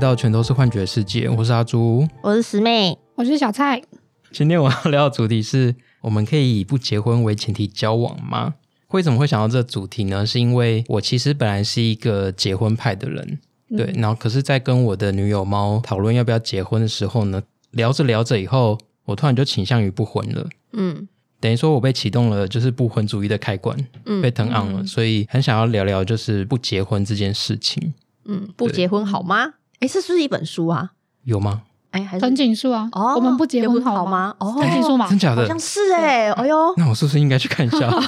到全都是幻觉世界，我是阿朱。我是师妹，我是小蔡，今天我要聊的主题是：我们可以以不结婚为前提交往吗？为什么会想到这主题呢？是因为我其实本来是一个结婚派的人，嗯对。然后，可是，在跟我的女友猫讨论要不要结婚的时候呢，聊着聊着以后，我突然就倾向于不婚了。嗯等于说，我被启动了就是不婚主义的开关，嗯被 turn on 了，所以很想要聊聊就是不结婚这件事情，嗯，不对结婚好吗？哎，这是不是一本书啊？有吗？哎，还是藤井树啊，哦，我们不结婚好好吗？？哦，藤井树 嘛真，假好的像？是哎，哎呦，那我是不是应该去看一 下？可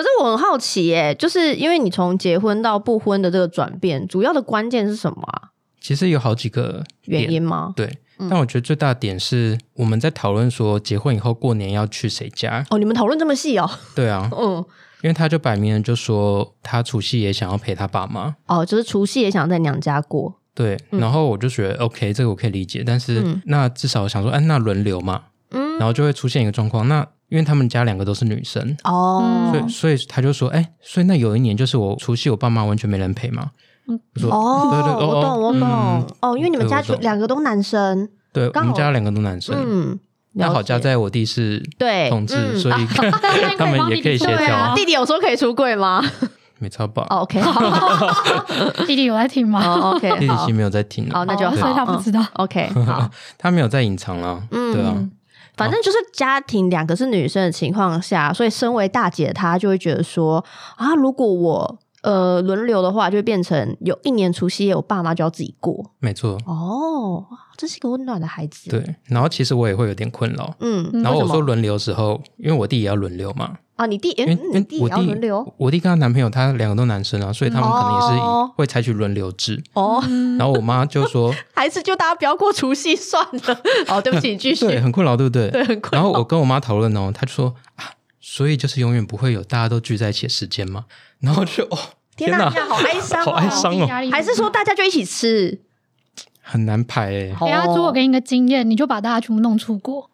是我很好奇哎，就是因为你从结婚到不婚的这个转变，主要的关键是什么啊？其实有好几个点原因吗？对，嗯但我觉得最大的点是我们在讨论说结婚以后过年要去谁家。哦，你们讨论这么细哦，对啊， 嗯，因为他就摆明了就说他除夕也想要陪他爸妈。哦，就是除夕也想在娘家过，对，嗯然后我就觉得 OK，这个我可以理解，但是、嗯那至少我想说，哎、那轮流嘛，嗯然，后就会出现一个状况，那因为他们家两个都是女生，哦所以所以他就说，哎、所以那有一年就是我除夕我爸妈完全没人陪嘛，嗯我说哦，对对我懂，我嗯懂，哦，因为你们对家我懂两个都男生，对，我刚们好家两个都男生，嗯，那了好解家在我弟是对同志，嗯 所以、但他们也可以协对调啊，弟弟有说可以出柜吗、没超吧？哦 o k 好，弟弟有在听吗？哦，OK， 弟弟好其实，没有在听好，了，那就哦好，所以他不知道嗯。OK，好， 他没有在隐藏了，嗯对啊嗯，反正就是家庭两个是女生的情况下，所以身为大姐，她就会觉得说啊，如果我呃轮流的话，就会变成有一年除夕夜，我爸妈就要自己过。没错，哦，哇真是一个温暖的孩子。，对。然后其实我也会有点困扰。嗯，嗯然后为我什么说轮流的时候，因为我弟也要轮流嘛，啊，你弟，因嗯为嗯因你为弟也我要轮流 弟我弟跟他男朋友他两个都男生啊，所以他们可能也是以哦会采取轮流制。哦，然后我妈就说，还是就大家不要过除夕算 了。哦， 对不起，你继续。对，很困扰，对不对？对很困然后我跟我妈讨论哦，她就说啊，所以就是永远不会有大家都聚在一起的时间嘛。然后就哦，天哪哪，，这样好哀伤、哦， 好哀伤哦压力还是说大家就一起吃？很难排欸诶，哎呀，如我给你个经验，你就把大家全部弄出国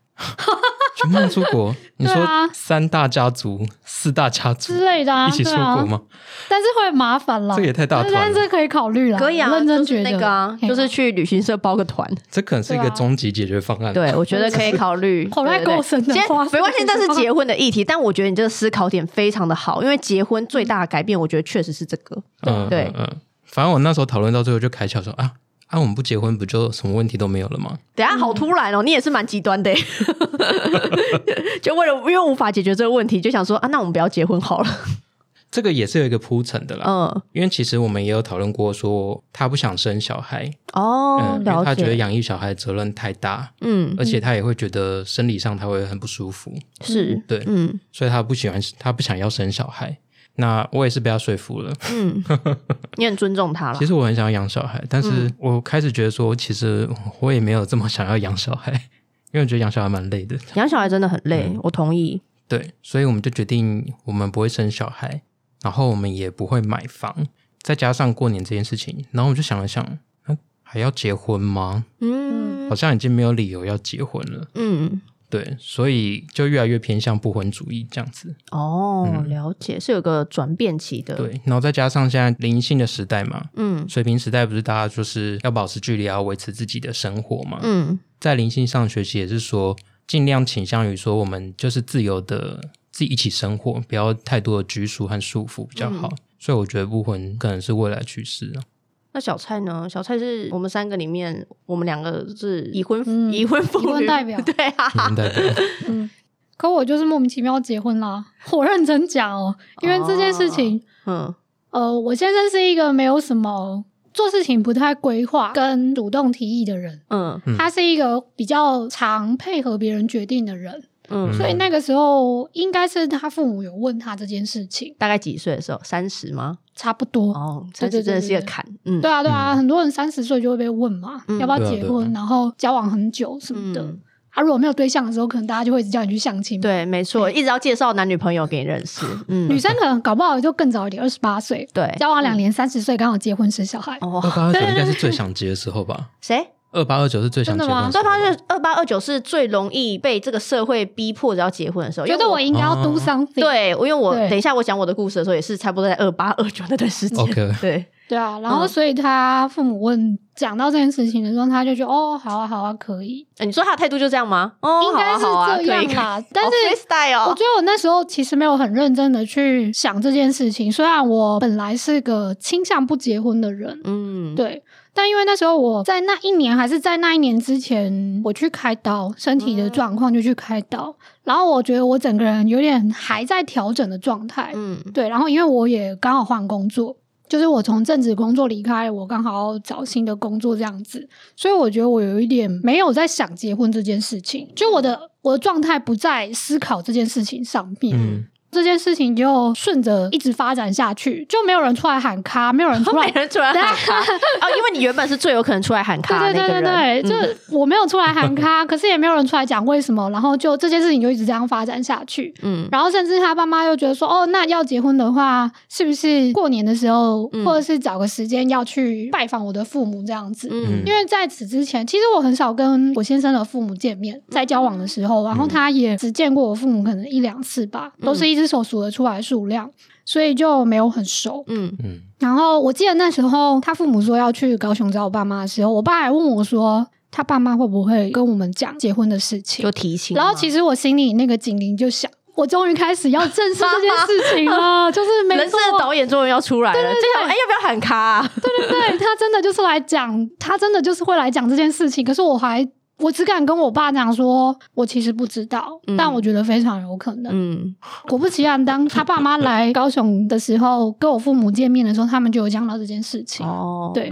全部出 国。你对说啊三大家族、四大家族之类的啊，一起出对啊国吗？但是会麻烦啦这，也太大但是但团是了，这可以考虑啦，可以啊，我认真就是觉得那个啊，嘿就是去旅行社包个团。这可能是一个对啊终极解决方案。 对，我觉得可以考 虑。口袋对对对够深的今天话是没关系，可以这是考虑结婚的议题，但我觉得你这个思考点非常的好，因为结婚最大的改变，我觉得确实是这个。嗯，对嗯嗯，反正我那时候讨论到最后就开窍说啊啊，我们不结婚不就什么问题都没有了吗？等一下好突然哦，你也是蛮极端的 耶，就为了因为无法解决这个问题，就想说啊，那我们不要结婚好了。这个也是有一个铺陈的啦，嗯，因为其实我们也有讨论过说他不想生小孩，哦，嗯，因为了他觉得解。养育小孩责任太大，嗯，而且他也会觉得生理上他会很不舒服，是，对，嗯所以他不喜欢他不想要生小孩。那我也是被他说服了。嗯， 你很尊重他了其。实我很想要养小孩，但是我开始觉得说，其实我也没有这么想要养小孩， 因为我觉得养小孩蛮累的。养小孩真的很累，我同意。对，所以我们就决定我们不会生小孩，然后我们也不会买房，再加上过年这件事情，然后我就想了想，嗯，还要结婚吗？嗯好像已经没有理由要结婚了。嗯，对，所以就越来越偏向不婚主义这样子。哦，了解，是有个转变期的。，对，然后再加上现在灵性的时代嘛，嗯水平时代不是大家就是要保持距离，要维持自己的生活嘛。嗯在灵性上学习也是说，尽量倾向于说我们就是自由的自己一起生活，不要太多的拘束和束缚比较好。所以我觉得不婚可能是未来趋势啊。那小蔡呢？小蔡是我们三个里面，我们两个是已婚、嗯已婚妇已婚女代表 对你啊们，代表嗯，可我就是莫名其妙结婚啦。我认真讲哦，因为这件事情， 嗯呃，我先生是一个没有什么做事情不太规划跟主动提议的人，嗯嗯他是一个比较常配合别人决定的人，嗯，所以那个时候应该是他父母有问他这件事情，大概几岁的时候？三十吗？差不多。哦，对三对十对真的是一个对对坎，嗯，对啊，对啊，嗯很多人三十岁就会被问嘛，嗯要不要对啊结对啊婚，然后交往很久什么的。嗯，他、如果没有对象的时候，可能大家就会一直叫你去相亲。，对，没错，一直要介绍男女朋友给你认识，嗯女，生可能搞不好就更早一点，二十八岁，对，交往两年，三十岁刚好结婚生小孩。二哦，八二九应该是最想结的时候吧？谁？二八二九是最想结婚的时所候以吧。发现二八二九是最容易被这个社会逼迫着要结婚的时候，我因觉为得我应该要 do 哦 something。对，因为我对等一下我讲我的故事的时候，也是差不多在二八二九那段时间。 OK 对，对啊，然后所以他父母问讲到这件事情的时候，他就觉得哦，好啊，好啊，可以，呃你说他的态度就这样吗？哦，应该是好啊好啊这样可以啦。但是哦 freestyle，我哦觉得我那时候其实没有很认真的去想这件事情，虽然我本来是个倾向不结婚的人，嗯，对，但因为那时候我在那一年还是在那一年之前，我去开刀，身体的状况就去开刀，然后我觉得我整个人有点还在调整的状态，嗯对，然后因为我也刚好换工作。就是我从正职工作离开，我刚好要找新的工作这样子，所以我觉得我有一点没有在想结婚这件事情，就我嗯的我的状态不在思考这件事情上面，嗯，这件事情就顺着一直发展下去，就没有人出来喊卡，没有人出来 没人出来喊卡哦，因为你原本是最有可能出来喊卡的对那个对对人，嗯对对，就我没有出来 喊他，可是也没有人出来讲为什么，然后就这件事情就一直这样发展下去。嗯然后甚至他爸妈又觉得说，哦，那要结婚的话，是不是过年的时候，嗯或者是找个时间要去拜访我的父母这样子？嗯因为在此之前，其实我很少跟我先生的父母见面，在交往嗯的时候，然后他也只见过我父母可能一两次吧，都嗯是一只手数得出来的数量，所以就没有很熟。嗯嗯，然后我记得那时候他父母说要去高雄找我爸妈的时候，我爸还问我说，他爸妈会不会跟我们讲结婚的事情就？提醒嘛。然后其实我心里那个警铃就响，我终于开始要正视这件事情 了，就是没人生错，的导演终于要出来了，就想哎要不要喊卡啊？对对，他真的就是来讲，他真的就是会来讲这件事情。可是我还。我只敢跟我爸讲说，我其实不知道，嗯但我觉得非常有可能。嗯果不其然，当他 爸妈来高雄的时候，跟我父母见面的时候，他们就有讲到这件事情。哦，对，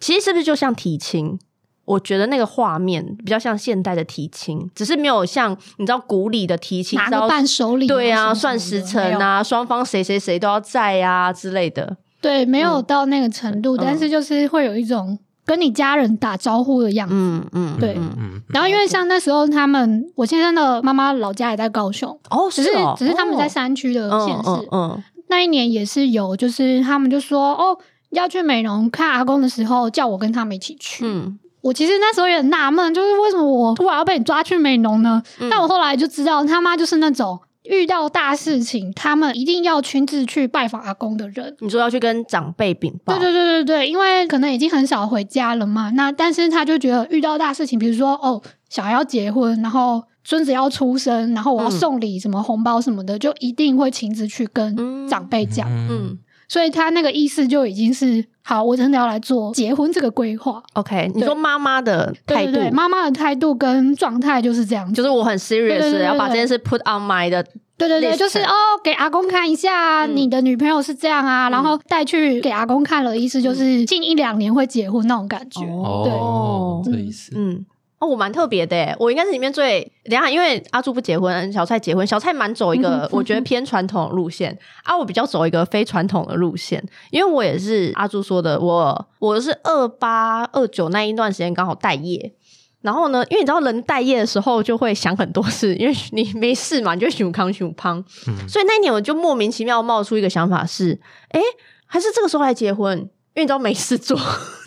其实是不是就像提亲？我觉得那个画面比较像现代的提亲，只是没有像你知道古礼的提亲，拿知道个伴手礼，对啊，啊，算时辰，啊，双方谁谁谁都要在啊之类的。对，没有到那个程度，嗯但是就是会有一种跟你家人打招呼的样子。嗯嗯，对嗯嗯，然后因为像那时候他们，我先生的妈妈老家也在高雄，哦，只是哦只是他们在哦山区的县市。嗯嗯那一年也是有，就是他们就说哦。要去美容看阿公的时候，叫我跟他们一起去。嗯我其实那时候也很纳闷，就是为什么我突然要被你抓去美容呢？嗯但我后来就知道，他妈就是那种遇到大事情，他们一定要亲自去拜访阿公的人。你说要去跟长辈禀报，对对对对对，因为可能已经很少回家了嘛，那但是他就觉得遇到大事情，比如说哦，小孩要结婚，然后孙子要出生，然后我要嗯送礼、什么红包什么的，就一定会亲自去嗯跟长辈讲。嗯嗯所以他那个意思就已经是好，我真的要来做结婚这个规划。 ，OK，你说妈妈的态对度嗯对对，妈妈的态度跟状态就是这样子。就是我很 serious，对对对的要把这对件事 put on my 的，对对对， list 就是哦，给阿公看一下啊、嗯你的女朋友是这样啊，然后带去给阿公看了，意思嗯就是近一两年会结婚那种感觉。哦，对这意思，嗯。哦，我蛮特别的耶，我应该是里面最等一下，因为阿朱不结婚，小蔡结婚，小蔡蛮走一个我觉得偏传统的路线，啊，我比较走一个非传统的路线，因为我也是阿朱说的，我我是二八二九那一段时间刚好待业，然后呢，因为你知道人待业的时候就会想很多事，因为你没事嘛，你就 熊康熊胖，嗯所以那一年我就莫名其妙冒出一个想法是，哎、还是这个时候来结婚，因为你知道没事做，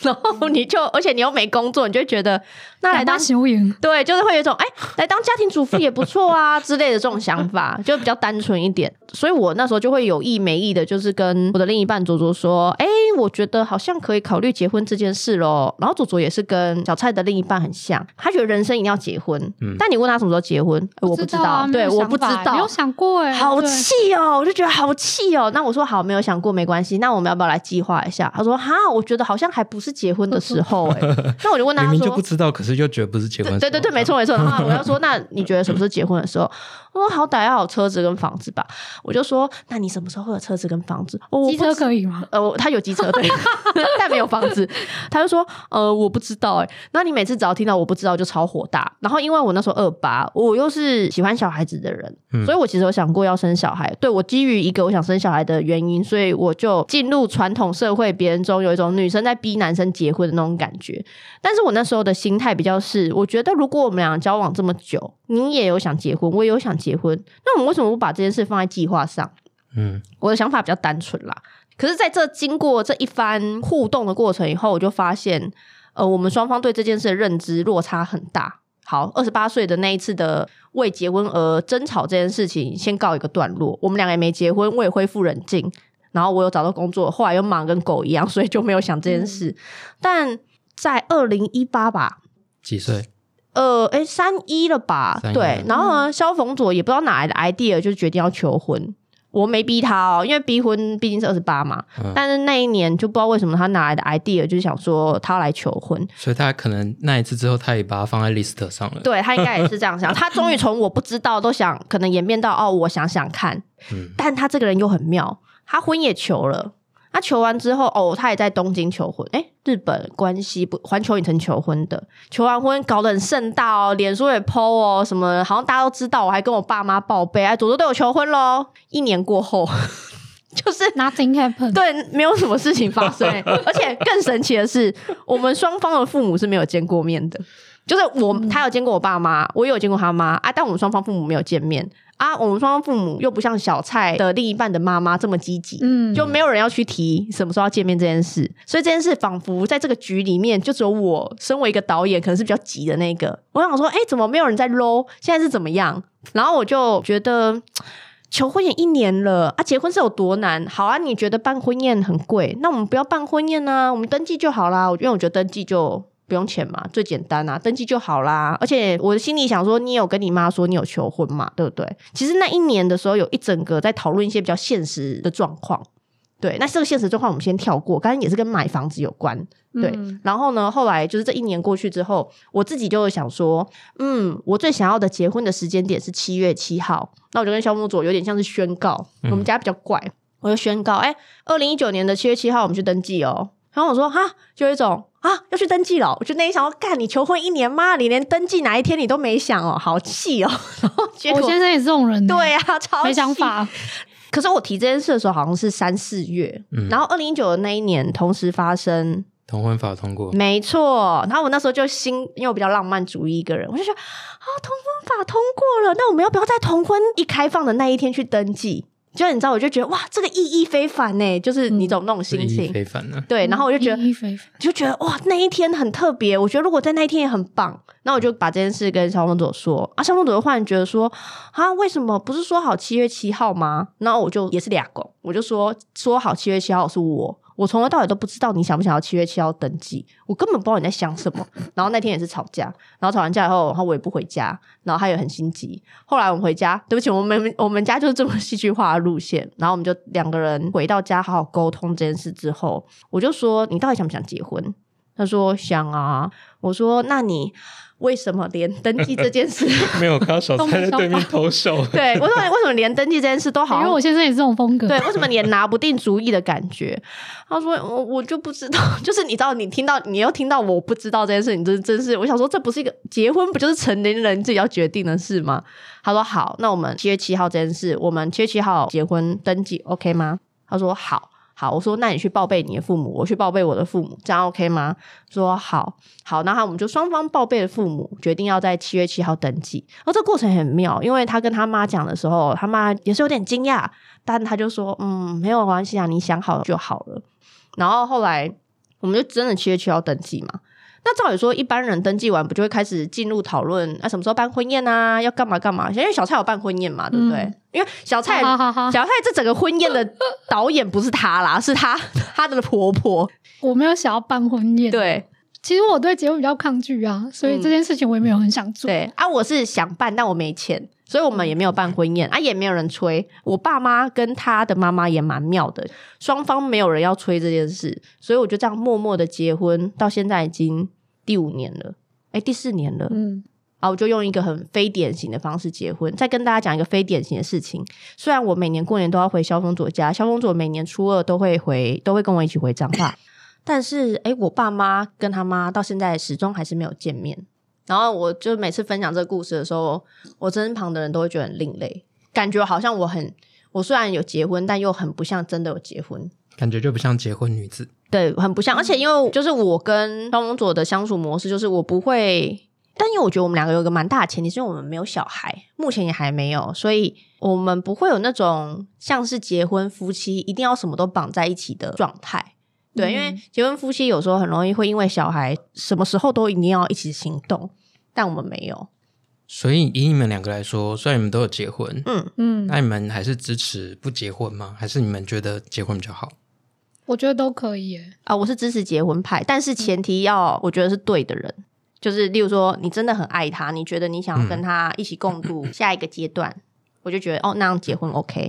然后你就而且你又没工作，你就会觉得那来当修营，对，就是会有一种哎、来当家庭主妇也不错啊之类的这种想法，就比较单纯一点。所以我那时候就会有意没意的，就是跟我的另一半卓卓说，哎、我觉得好像可以考虑结婚这件事咯。然后卓卓也是跟小蔡的另一半很像，他觉得人生一定要结婚，嗯但你问他什么时候结婚，哎我不知道，啊没对，有我想不知法道，没有想过哎、好对气哦，我就觉得好气哦。那我说好，没有想过，没关系。那我们要不要来计划一下？他说哈，我觉得好像还不是结婚的 时候哎、那我就问他明说，明就不知道，可是就觉得不是结婚，对对对，没，错没错。然后我要说，那你觉得什么是结婚的时候？我说好歹要有车子跟房子吧。我就说，那你什么时候会有车子跟房子？哦、我机不知车可以吗？呃，我他有机车对， 但没有房子。他就说，呃，我不知道哎、欸。那你每次只要听到我不知道就超火大。然后因为我那时候二八，我又是喜欢小孩子的人，嗯所以我其实有想过要生小孩。对我基于一个我想生小孩的原因，所以我就进入传统社会别人中有一种女生在逼男生结婚的那种感觉。但是我那时候的心态比较是，我觉得如果我们俩交往这么久，你也有想结婚，我也有想结婚，那我们为什么不把这件事放在计划上？嗯我的想法比较单纯啦。可是，在这经过这一番互动的过程以后，我就发现，呃，我们双方对这件事的认知落差很大。好，二十八岁的那一次的为呃结婚而争吵这件事情，先告一个段落。我们两个也没结婚，我也恢复冷静。然后我有找到工作，后来又忙跟狗一样，所以就没有想这件事。但在二零一八吧，几岁？呃，哎，三一了吧？三一对了，然后呢，萧逢佐也不知道哪来的 idea，就决定要求婚。我没逼他哦，因为逼婚毕竟是二十八嘛。嗯但是那一年就不知道为什么他哪来的 idea，就是想说他要来求婚。所以他可能那一次之后，他也把它放在 list 上了。对他应该也是 这样想，他终于从我不知道都想，可能演变到哦，我想想看。嗯但他这个人又很妙，他婚也求了，他求完之后哦，他也在东京求婚，哎，日本关西不环球影城求婚的，求完婚搞得很盛大哦，脸书也 PO 哦，什么好像大家都知道，我还跟我爸妈报备，哎，佐佐对我求婚喽。一年过后， 就是。 Nothing happened。对，没有什么事情发生、欸而且更神奇的是，我们双方的父母是没有见过面的。就是我，他有见过我爸妈，我也有见过他妈啊，但我们双方父母没有见面啊。我们双方父母又不像小蔡的另一半的妈妈这么积极，嗯，就没有人要去提什么时候要见面这件事。所以这件事仿佛在这个局里面，就只有我身为一个导演，可能是比较急的那个。我想说，哎、怎么没有人在搂？现在是怎么样？然后我就觉得。求婚也一年了啊，结婚是有多难？好啊，你觉得办婚宴很贵，那我们不要办婚宴啊，我们登记就好啦。我因为我觉得登记就不用钱嘛，最简单啊，登记就好啦。而且我的心里想说，你也有跟你妈说你有求婚嘛，对不对？其实那一年的时候，有一整个在讨论一些比较现实的状况。对，那这个现实状况我们先跳过，刚刚也是跟买房子有关。对，嗯然后呢，后来就是这一年过去之后，我自己就想说，嗯，我最想要的结婚的时间点是七月七号。那我就跟肖木佐有点像是宣告，嗯我们家比较怪，我就宣告，哎、二零一九年的七月七号我们去登记哦。然后我说哈，就有一种啊要去登记了哦，我就内心想说，干你求婚一年吗？你连登记哪一天你都没想哦，好气哦。 然后结我果先生也是这种 人，欸对，啊，超没想气法，可是我提这件事的时候，好像是三四月，嗯然后二零一九的那一年同时发生，同婚法通过，没错。然后我那时候就心，因为我比较浪漫主义一个人，我就觉得啊，同婚法通过了，那我们要不要在同婚一开放的那一天去登记？就你知道，我就觉得哇，这个意义非凡呢，就是你懂那种这心意义情。非凡呢、对，然后我就觉得意义非凡就觉得哇，那一天很特别。我觉得如果在那一天也很棒，那我就把这件事跟肖峰佐说啊。肖峰佐就忽然觉得说啊，为什么不是说好七月七号吗？然后我就也是俩狗，我就说说好七月七号是我，我从头到尾都不知道你想不想要七月七号登记，我根本不知道你在想什么。然后那天也是吵架，然后吵完架以后，然后我也不回家，然后他也很心急。后来我们回家，对不起，我们我们家就是这么戏剧化的路线。然后我们就两个人回到家，好好沟通这件事之后，我就说你到底想不想结婚？他说想啊。我说那你为什么连登记这件事？ 没有，我看到小蔡在对面投手， 对，我说你为什么连登记这件事都好因为像我先生也是这种风格，对，为什么你也拿不定主意的感觉？他说我我就不知道， 就是你知道，你听到你又听到我不知道这件事，你真真是我想说，这不是一个结婚不就是成年人自己要决定的事吗？他说好，那我们七月七号这件事，我们七月七号结婚登记，OK 吗？他说好。好，我说那你去报备你的父母，我去报备我的父母，这样 OK 吗？说好好，那他我们就双方报备的父母决定要在七月七号登记。然后这个过程很妙，因为他跟他妈讲的时候，他妈也是有点惊讶，但他就说，嗯，没有关系啊，你想好就好了。然后后来我们就真的七月七号登记嘛。那照理说，一般人登记完不就会开始进入讨论啊，什么时候办婚宴啊，要干嘛干嘛？因为小蔡有办婚宴嘛，对不对？嗯因为小蔡好好好好小蔡这整个婚宴的导演不是他啦，是他他的婆婆。我没有想要办婚宴，，对其实我对结婚比较抗拒啊，所以这件事情我也没有很想做，对啊，我是想办，但我没钱，所以我们也没有办婚宴啊，也没有人催。我爸妈跟他的妈妈也蛮妙的，双方没有人要催这件事，所以我就这样默默的结婚，到现在已经第五年了，哎，第四年了。嗯，啊，我就用一个很非典型的方式结婚。再跟大家讲一个非典型的事情，虽然我每年过年都要回萧峰佐家，萧峰佐每年初二都会回，都会跟我一起回彰化，但是诶，我爸妈跟他妈到现在始终还是没有见面。然后我就每次分享这个故事的时候，我身旁的人都会觉得很另类，感觉好像我很，我虽然有结婚，但又很不像真的有结婚。感觉就不像结婚女子。对，很不像。而且因为就是我跟双龙佐的相处模式，就是我不会，但因为我觉得我们两个有一个蛮大的前提，是因为我们没有小孩，目前也还没有，所以我们不会有那种像是结婚夫妻一定要什么都绑在一起的状态。对，嗯因为结婚夫妻有时候很容易会因为小孩什么时候都一定要一起行动，但我们没有。所以以你们两个来说，虽然你们都有结婚，嗯，嗯，那你们还是支持不结婚吗？还是你们觉得结婚比较好？我觉得都可以耶。啊，我是支持结婚派，但是前提要我觉得是对的人，就是例如说你真的很爱他，你觉得你想要嗯跟他一起共度下一个阶段，我就觉得哦，那样结婚 OK。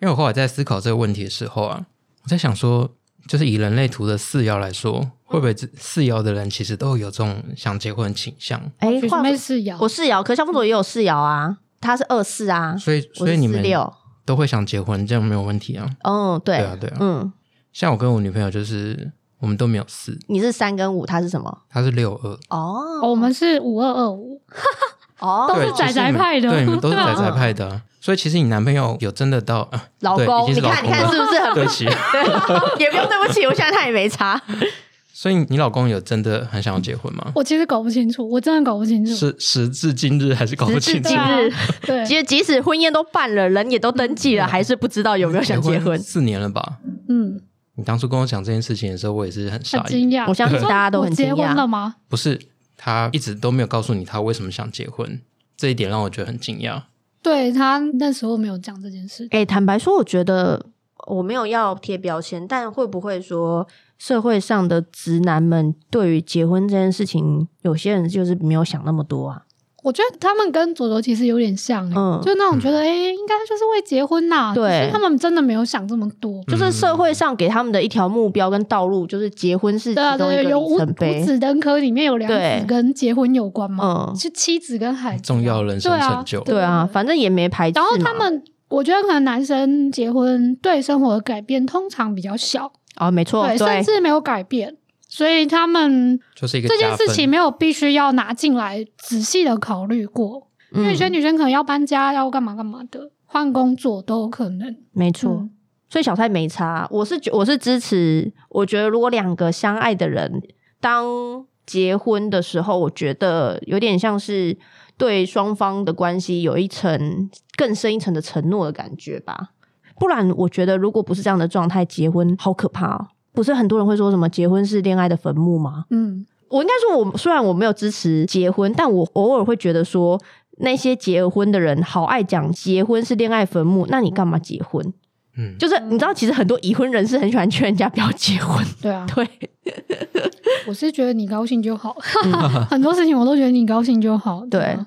因为我后来在思考这个问题的时候啊，我在想说，就是以人类图的四爻来说，会不会这四爻的人其实都有这种想结婚的倾向？哎、许话妹是摇我，四爻，可肖峰佐也有四爻啊，他是二四啊，所以，我所是以你四们六，都会想结婚，这样没有问题啊。嗯，对，对啊对啊嗯，像我跟我女朋友就是，我们都没有四，你是三跟五，他是什么？她是六二，哦，哦我们是五二二五，哦，都是对宅宅派的其实你们对，你们都是对啊宅宅派的啊、所以其实你男朋友有真的到、啊、老对公，已经你是老看，公你看了是不是很对不起。 对？也不用对不起，我现在他也没差。所以你老公有真的很想要结婚吗？我其实搞不清楚，我真的搞不清楚。是时至今日还是搞不时至清楚今。日，对，其实即使婚宴都办了，人也都登记了，还是不知道有没有想结婚。四年了吧？嗯，你当初跟我讲这件事情的时候，我也是很很傻眼。惊讶。我相信大家都很我惊结婚了讶。吗？不是他一直都没有告诉你他为什么想结婚，这一点让我觉得很惊讶。对他那时候没有讲这件事。哎、坦白说，我觉得我没有要贴标签，但会不会说社会上的直男们对于结婚这件事情，有些人就是没有想那么多啊？我觉得他们跟左左其实有点像、欸，嗯就那种觉得哎、诶应该就是为结婚呐、对可是他们真的没有想这么多。就是社会上给他们的一条目标跟道路，就是结婚是其对啊，中一对个对，有里五程碑。五子登科里面有两对子跟结婚有关嘛，嗯，是妻子跟孩子啊重要人生成就对啊，反正也没排斥然嘛。后他们，我觉得可能男生结婚对生活的改变通常比较小，哦，没错，对，甚对，至没有改变，所以他们就是一个这件加分事情没有必须要拿进来仔细的考虑过，因为有些嗯、女生可能要搬家，要干嘛干嘛的，换工作都有可能。没错。嗯所以小蔡没差，我是觉我是支持。我觉得如果两个相爱的人当结婚的时候，我觉得有点像是对双方的关系有一层更深一层的承诺的感觉吧。不然，我觉得如果不是这样的状态，结婚好可怕哦。不是很多人会说什么结婚是恋爱的坟墓吗？嗯，我应该说我，虽然我没有支持结婚，但我偶尔会觉得说，那些结婚的人好爱讲结婚是恋爱坟墓，那你干嘛结婚？嗯，就是你知道，其实很多已婚人士很喜欢劝人家不要结婚， 对啊，对，我是觉得你高兴就好， 很多事情我都觉得你高兴就好。嗯对啊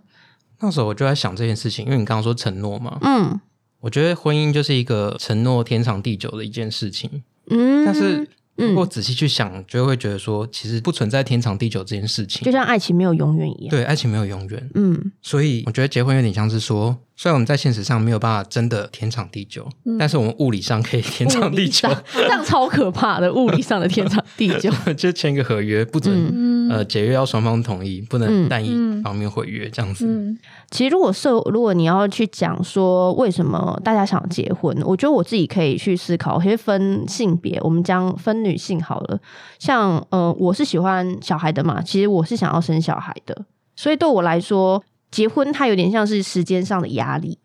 那时候我就在想这件事情，因为你刚刚说承诺嘛，嗯我觉得婚姻就是一个承诺天长地久的一件事情。嗯，但是如果嗯，仔细去想，就会觉得说，其实不存在天长地久这件事情就。像爱情没有永远一样，对，爱情没有永远，嗯所以我觉得结婚有点像是说，虽然我们在现实上没有办法真的天长地久，但是我们物理上可以天长地久嗯物理，上这样超可怕的，物理上的天长地久，就签一个合约，不准、嗯。嗯呃解约要双方同意，不能嗯单嗯一方面毁约这样子。嗯， 其实，如果社，如果你要去讲说为什么大家想结婚，我觉得我自己可以去思考，可以分性别，我们将分女性好了。像呃，我是喜欢小孩的嘛，其实我是想要生小孩的，所以对我来说，结婚它有点像是时间上的压力。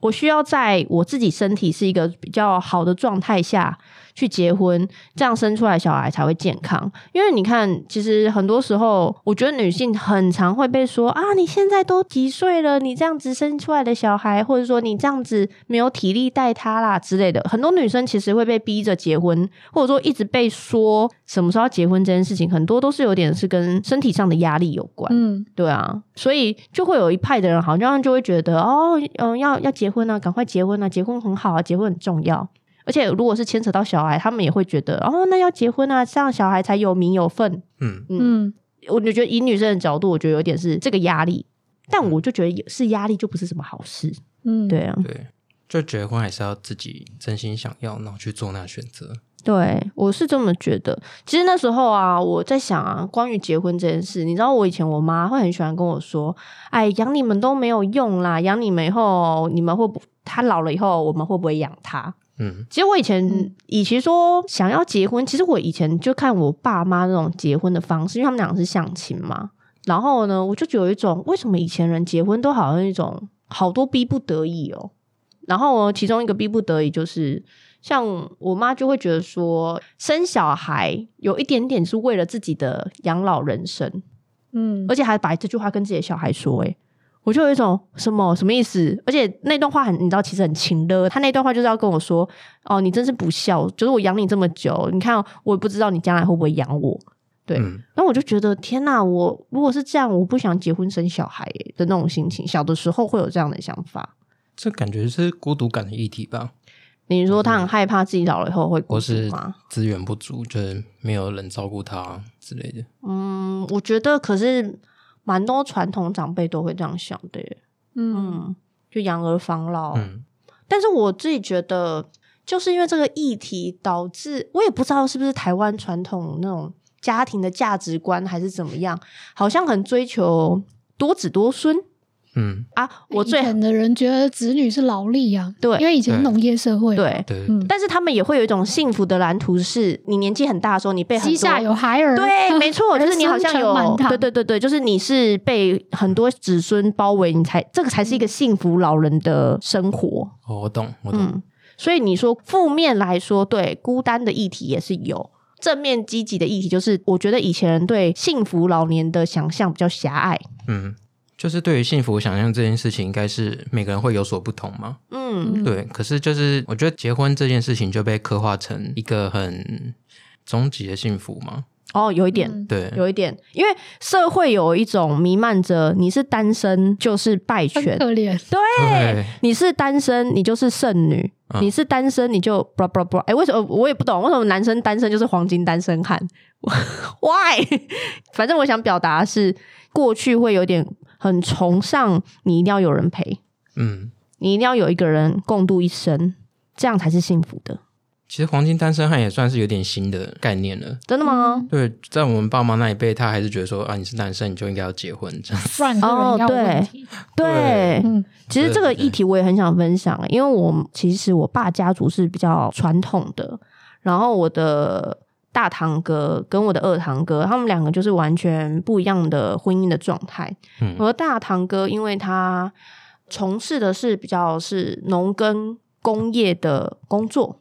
我需要在我自己身体是一个比较好的状态下去结婚，这样生出来小孩才会健康。因为你看，其实很多时候，我觉得女性很常会被说啊，你现在都几岁了，你这样子生出来的小孩，或者说你这样子没有体力带他啦之类的。很多女生其实会被逼着结婚，或者说一直被说什么时候要结婚这件事情，很多都是有点是跟身体上的压力有关。嗯，对啊，所以就会有一派的人好像就会觉得哦，嗯，要要结婚啊，赶快结婚啊，结婚很好啊，结婚很重要。而且如果是牵扯到小孩，他们也会觉得哦，那要结婚啊，这样小孩才有名有分。嗯，嗯，我就觉得以女生的角度，我觉得有点是这个压力，但我就觉得是压力就不是什么好事。嗯，对，啊，对，就结婚还是要自己真心想要，然后去做那选择。对，我是这么觉得。其实那时候啊，我在想啊，关于结婚这件事，你知道，我以前我妈会很喜欢跟我说：“哎，养你们都没有用啦，养你们以后，你们会不？他老了以后，我们会不会养他？”嗯，其实我以前，嗯与其说想要结婚，其实我以前就看我爸妈那种结婚的方式，因为他们两个是相亲嘛。然后呢，我就觉得有一种为什么以前人结婚都好像一种好多逼不得已哦。然后呢，其中一个逼不得已就是，像我妈就会觉得说，生小孩有一点点是为了自己的养老人生，嗯而且还把这句话跟自己的小孩说、欸，我就有一种什么什么意思？而且那段话很，你知道，其实很轻的。他那段话就是要跟我说：“哦，你真是不孝，就是我养你这么久，你看我也不知道你将来会不会养我。”对，嗯然后我就觉得天呐，我如果是这样，我不想结婚生小孩耶的那种心情。小的时候会有这样的想法。这感觉是孤独感的议题吧，你说他很害怕自己老了以后会孤或独嗯是吗？资源不足，就是没有人照顾他之类的。嗯，我觉得可是蛮多传统长辈都会这样想的耶。嗯，嗯，就养儿防老。嗯，但是我自己觉得，就是因为这个议题导致，我也不知道是不是台湾传统那种家庭的价值观还是怎么样，好像很追求多子多孙嗯，啊。我最以前的人觉得子女是劳力啊，对因为以前是对农业社会，，对，对，嗯，但是他们也会有一种幸福的蓝图，是你年纪很大的时候，你被很膝多下有孩儿， 对，没错，就是你好像儿孙成有满，堂对对对对，就是你是被很多子孙包围，你才这个才是一个幸福老人的生活。哦，我懂，我懂。嗯，所以你说负面来说，对孤单的议题也是有。正面积极的议题就是，我觉得以前人对幸福老年的想象比较狭隘。嗯，就是对于幸福想象这件事情，应该是每个人会有所不同嘛。嗯，嗯对，可是就是我觉得结婚这件事情就被刻画成一个很终极的幸福嘛。哦，有一点，嗯对，有一点，因为社会有一种弥漫着你是单身就是败很犬，可怜，对，对你是单身你就是剩女，嗯你是单身你就 blah blah blah。哎，为什么我也不懂为什么男生单身就是黄金单身汉 ？Why？反 正我想表达的是，过去会有点很崇尚你一定要有人陪，嗯，你一定要有一个人共度一生，这样才是幸福的。其实黄金单身汉也算是有点新的概念了。真的吗？对，在我们爸妈那一辈，他还是觉得说啊，你是单身，你就应该要结婚这样。不然这个嗯人要有问哦题，对，嗯，其实这个对对对议题我也很想分享、因为我其实我爸家族是比较传统的，然后我的大堂哥跟我的二堂哥，他们两个就是完全不一样的婚姻的状态。嗯我的大堂哥因为他从事的是比较是农耕工业的工作。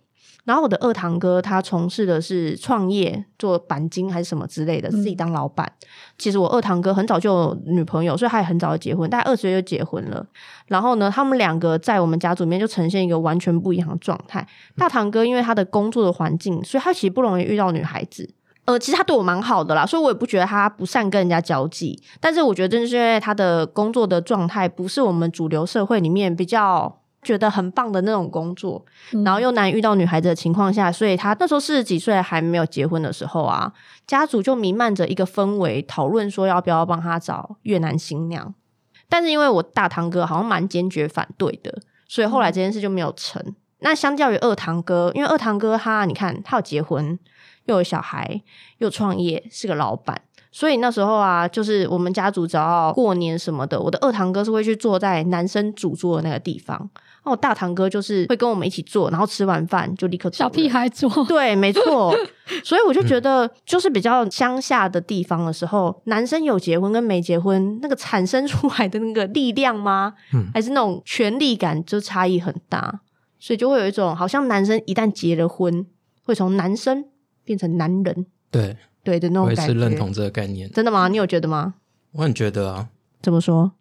然后我的二堂哥他从事的是创业，做钣金还是什么之类的，自己当老板。其实我二堂哥很早就有女朋友，所以他也很早就结婚，大概二十岁就结婚了。然后呢，他们两个在我们家族里面就呈现一个完全不一样的状态。大堂哥因为他的工作的环境，所以他其实不容易遇到女孩子。呃，其实他对我蛮好的啦，所以我也不觉得他不善跟人家交际。但是我觉得，正是因为他的工作的状态不是我们主流社会里面比较觉得很棒的那种工作，嗯然后又难遇到女孩子的情况下，所以他那时候四十几岁还没有结婚的时候啊，家族就弥漫着一个氛围，讨论说要不要帮他找越南新娘。但是因为我大堂哥好像蛮坚决反对的，所以后来这件事就没有成。那相较于二堂哥，因为二堂哥他你看他有结婚，又有小孩，又创业，是个老板。所以那时候啊，就是我们家族只要过年什么的，我的二堂哥是会去坐在男生主桌的那个地方，那我大堂哥就是会跟我们一起坐，然后吃完饭就立刻走小屁人孩做，对，没 错。所以我就觉得，就是比较乡下的地方的时候，男生有结婚跟没结婚，那个产生出来的那个力量吗？嗯还是那种权力感就差异很大，所以就会有一种好像男生一旦结了婚，会从男生变成男人，对，对的那我种也感是觉。认同这个概念。真的吗？你有觉得吗？我很觉得啊，怎么说？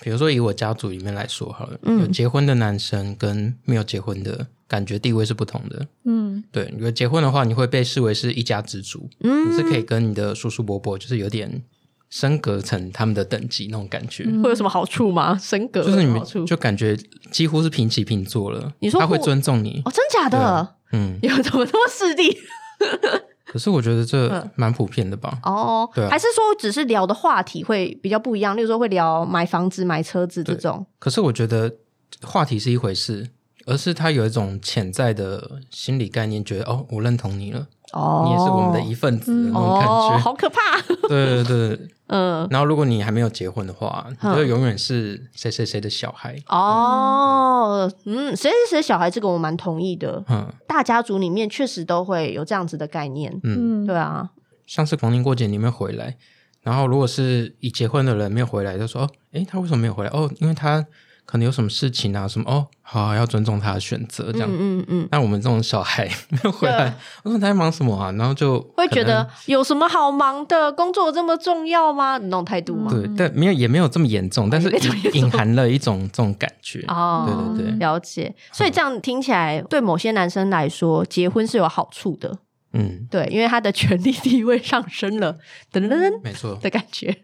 比如说以我家族里面来说好了，嗯有结婚的男生跟没有结婚的感觉地位是不同的。嗯，对，如果结婚的话，你会被视为是一家之主，嗯，你是可以跟你的叔叔伯伯就是有点升格成他们的等级那种感觉。嗯会有什么好处吗？升格就是你有们好处？就感觉几乎是平起平坐了，你说他会互尊重你，哦，真假对的啊？嗯， 有怎么这么势利？可是我觉得这嗯蛮普遍的吧，哦， 对啊还是说只是聊的话题会比较不一样？例如说会聊买房子、买车子这种。可是我觉得话题是一回事，而是他有一种潜在的心理概念，觉得哦，我认同你了，哦，你也是我们的一份子的那种感哦，觉。好可怕。 对对对。嗯，然后如果你还没有结婚的话，你嗯就永远是谁谁谁的小孩。哦，嗯，谁谁谁小孩这个我蛮同意的。嗯大家族里面确实都会有这样子的概念。嗯，嗯，对啊，像是逢年过节你没有回来，然后如果是已结婚的人没有回来，就说哦，诶，他为什么没有回来？哦，因为他可能有什么事情啊，什么哦，好啊要尊重他的选择这样。嗯嗯嗯，但我们这种小孩回来，我说你在忙什么啊？然后就会可觉能得有什么好忙的？工作这么重要吗？那种态度吗？对，但没有也没有这么严重，但是也没这么严隐重隐含了一种这种感觉。嗯哦，对对对了解。所以这样听起来，对某些男生来说，结婚是有好处的，嗯，对，因为他的权利地位上升了，噔噔噔没错，的感觉。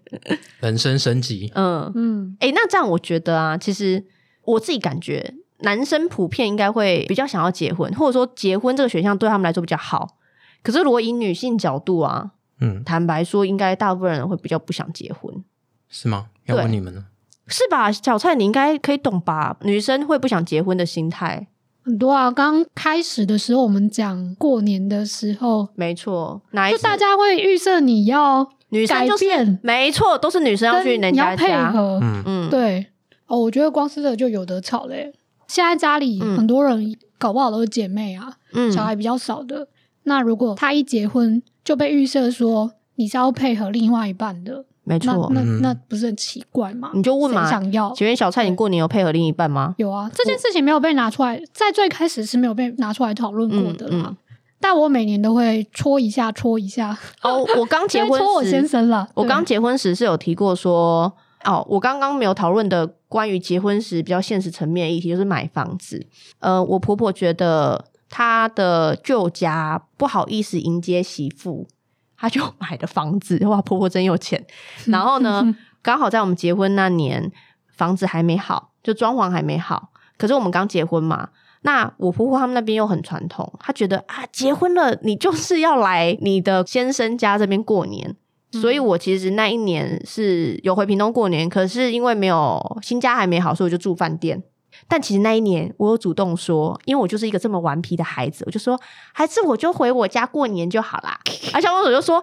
人生升级，嗯，嗯，诶，那这样我觉得啊，其实我自己感觉，男生普遍应该会比较想要结婚，或者说结婚这个选项对他们来说比较好。可是如果以女性角度啊，嗯，坦白说，应该大部分人会比较不想结婚。是吗？要对问你们呢？是吧？小蔡，你应该可以懂吧？女生会不想结婚的心态，很多啊。刚开始的时候，我们讲过年的时候，没错。哪一就次大家会预设你要女生就改是变没错，都是女生要去跟人你家要配家，合，嗯，嗯，对哦，我觉得光是这个就有得吵嘞、现在家里嗯很多人搞不好都是姐妹啊，嗯小孩比较少的。那如果他一结婚就被预设说你是要配合另外一半的，没那错。那嗯那不是很奇怪吗？你就问嘛谁想要请问小蔡，你过年有配合另一半吗？有啊，这件事情没有被拿出来，在最开始是没有被拿出来讨论过的啦。嗯嗯但我每年都会戳一下，戳一下，哦，我刚 结 就会婚戳我时先生啦。我对刚结婚时是有提过说，哦，我刚刚没有讨论的关于结婚时比较现实层面的议题，就是买房子。呃，我婆婆觉得她的舅家不好意思迎接媳妇，她就买了房子。哇，婆婆真有钱。然后呢，刚好在我们结婚那年，房子还没好，就装潢还没好。可是我们刚结婚嘛，那我婆婆他们那边又很传统，她觉得啊，结婚了你就是要来你的先生家这边过年。嗯所以我其实那一年是有回屏东过年，可是因为没有新家还没好，所以我就住饭店。但其实那一年我有主动说，因为我就是一个这么顽皮的孩子，我就说还是我就回我家过年就好啦。而小公主就说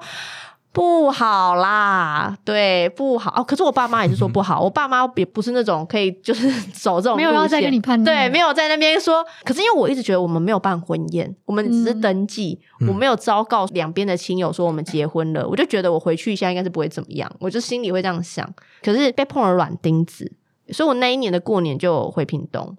不好啦，对，不好哦。可是我爸妈也是说不好，我爸妈也不是那种可以就是 走这种啊没有路要再线跟你判定对，了没有在那边说。可是因为我一直觉得我们没有办婚宴，我们只是登记，嗯我没有昭告两边的亲友说我们结婚了，我就觉得我回去一下应该是不会怎么样，我就心里会这样想。可是被碰了软钉子，所以我那一年的过年就回屏东。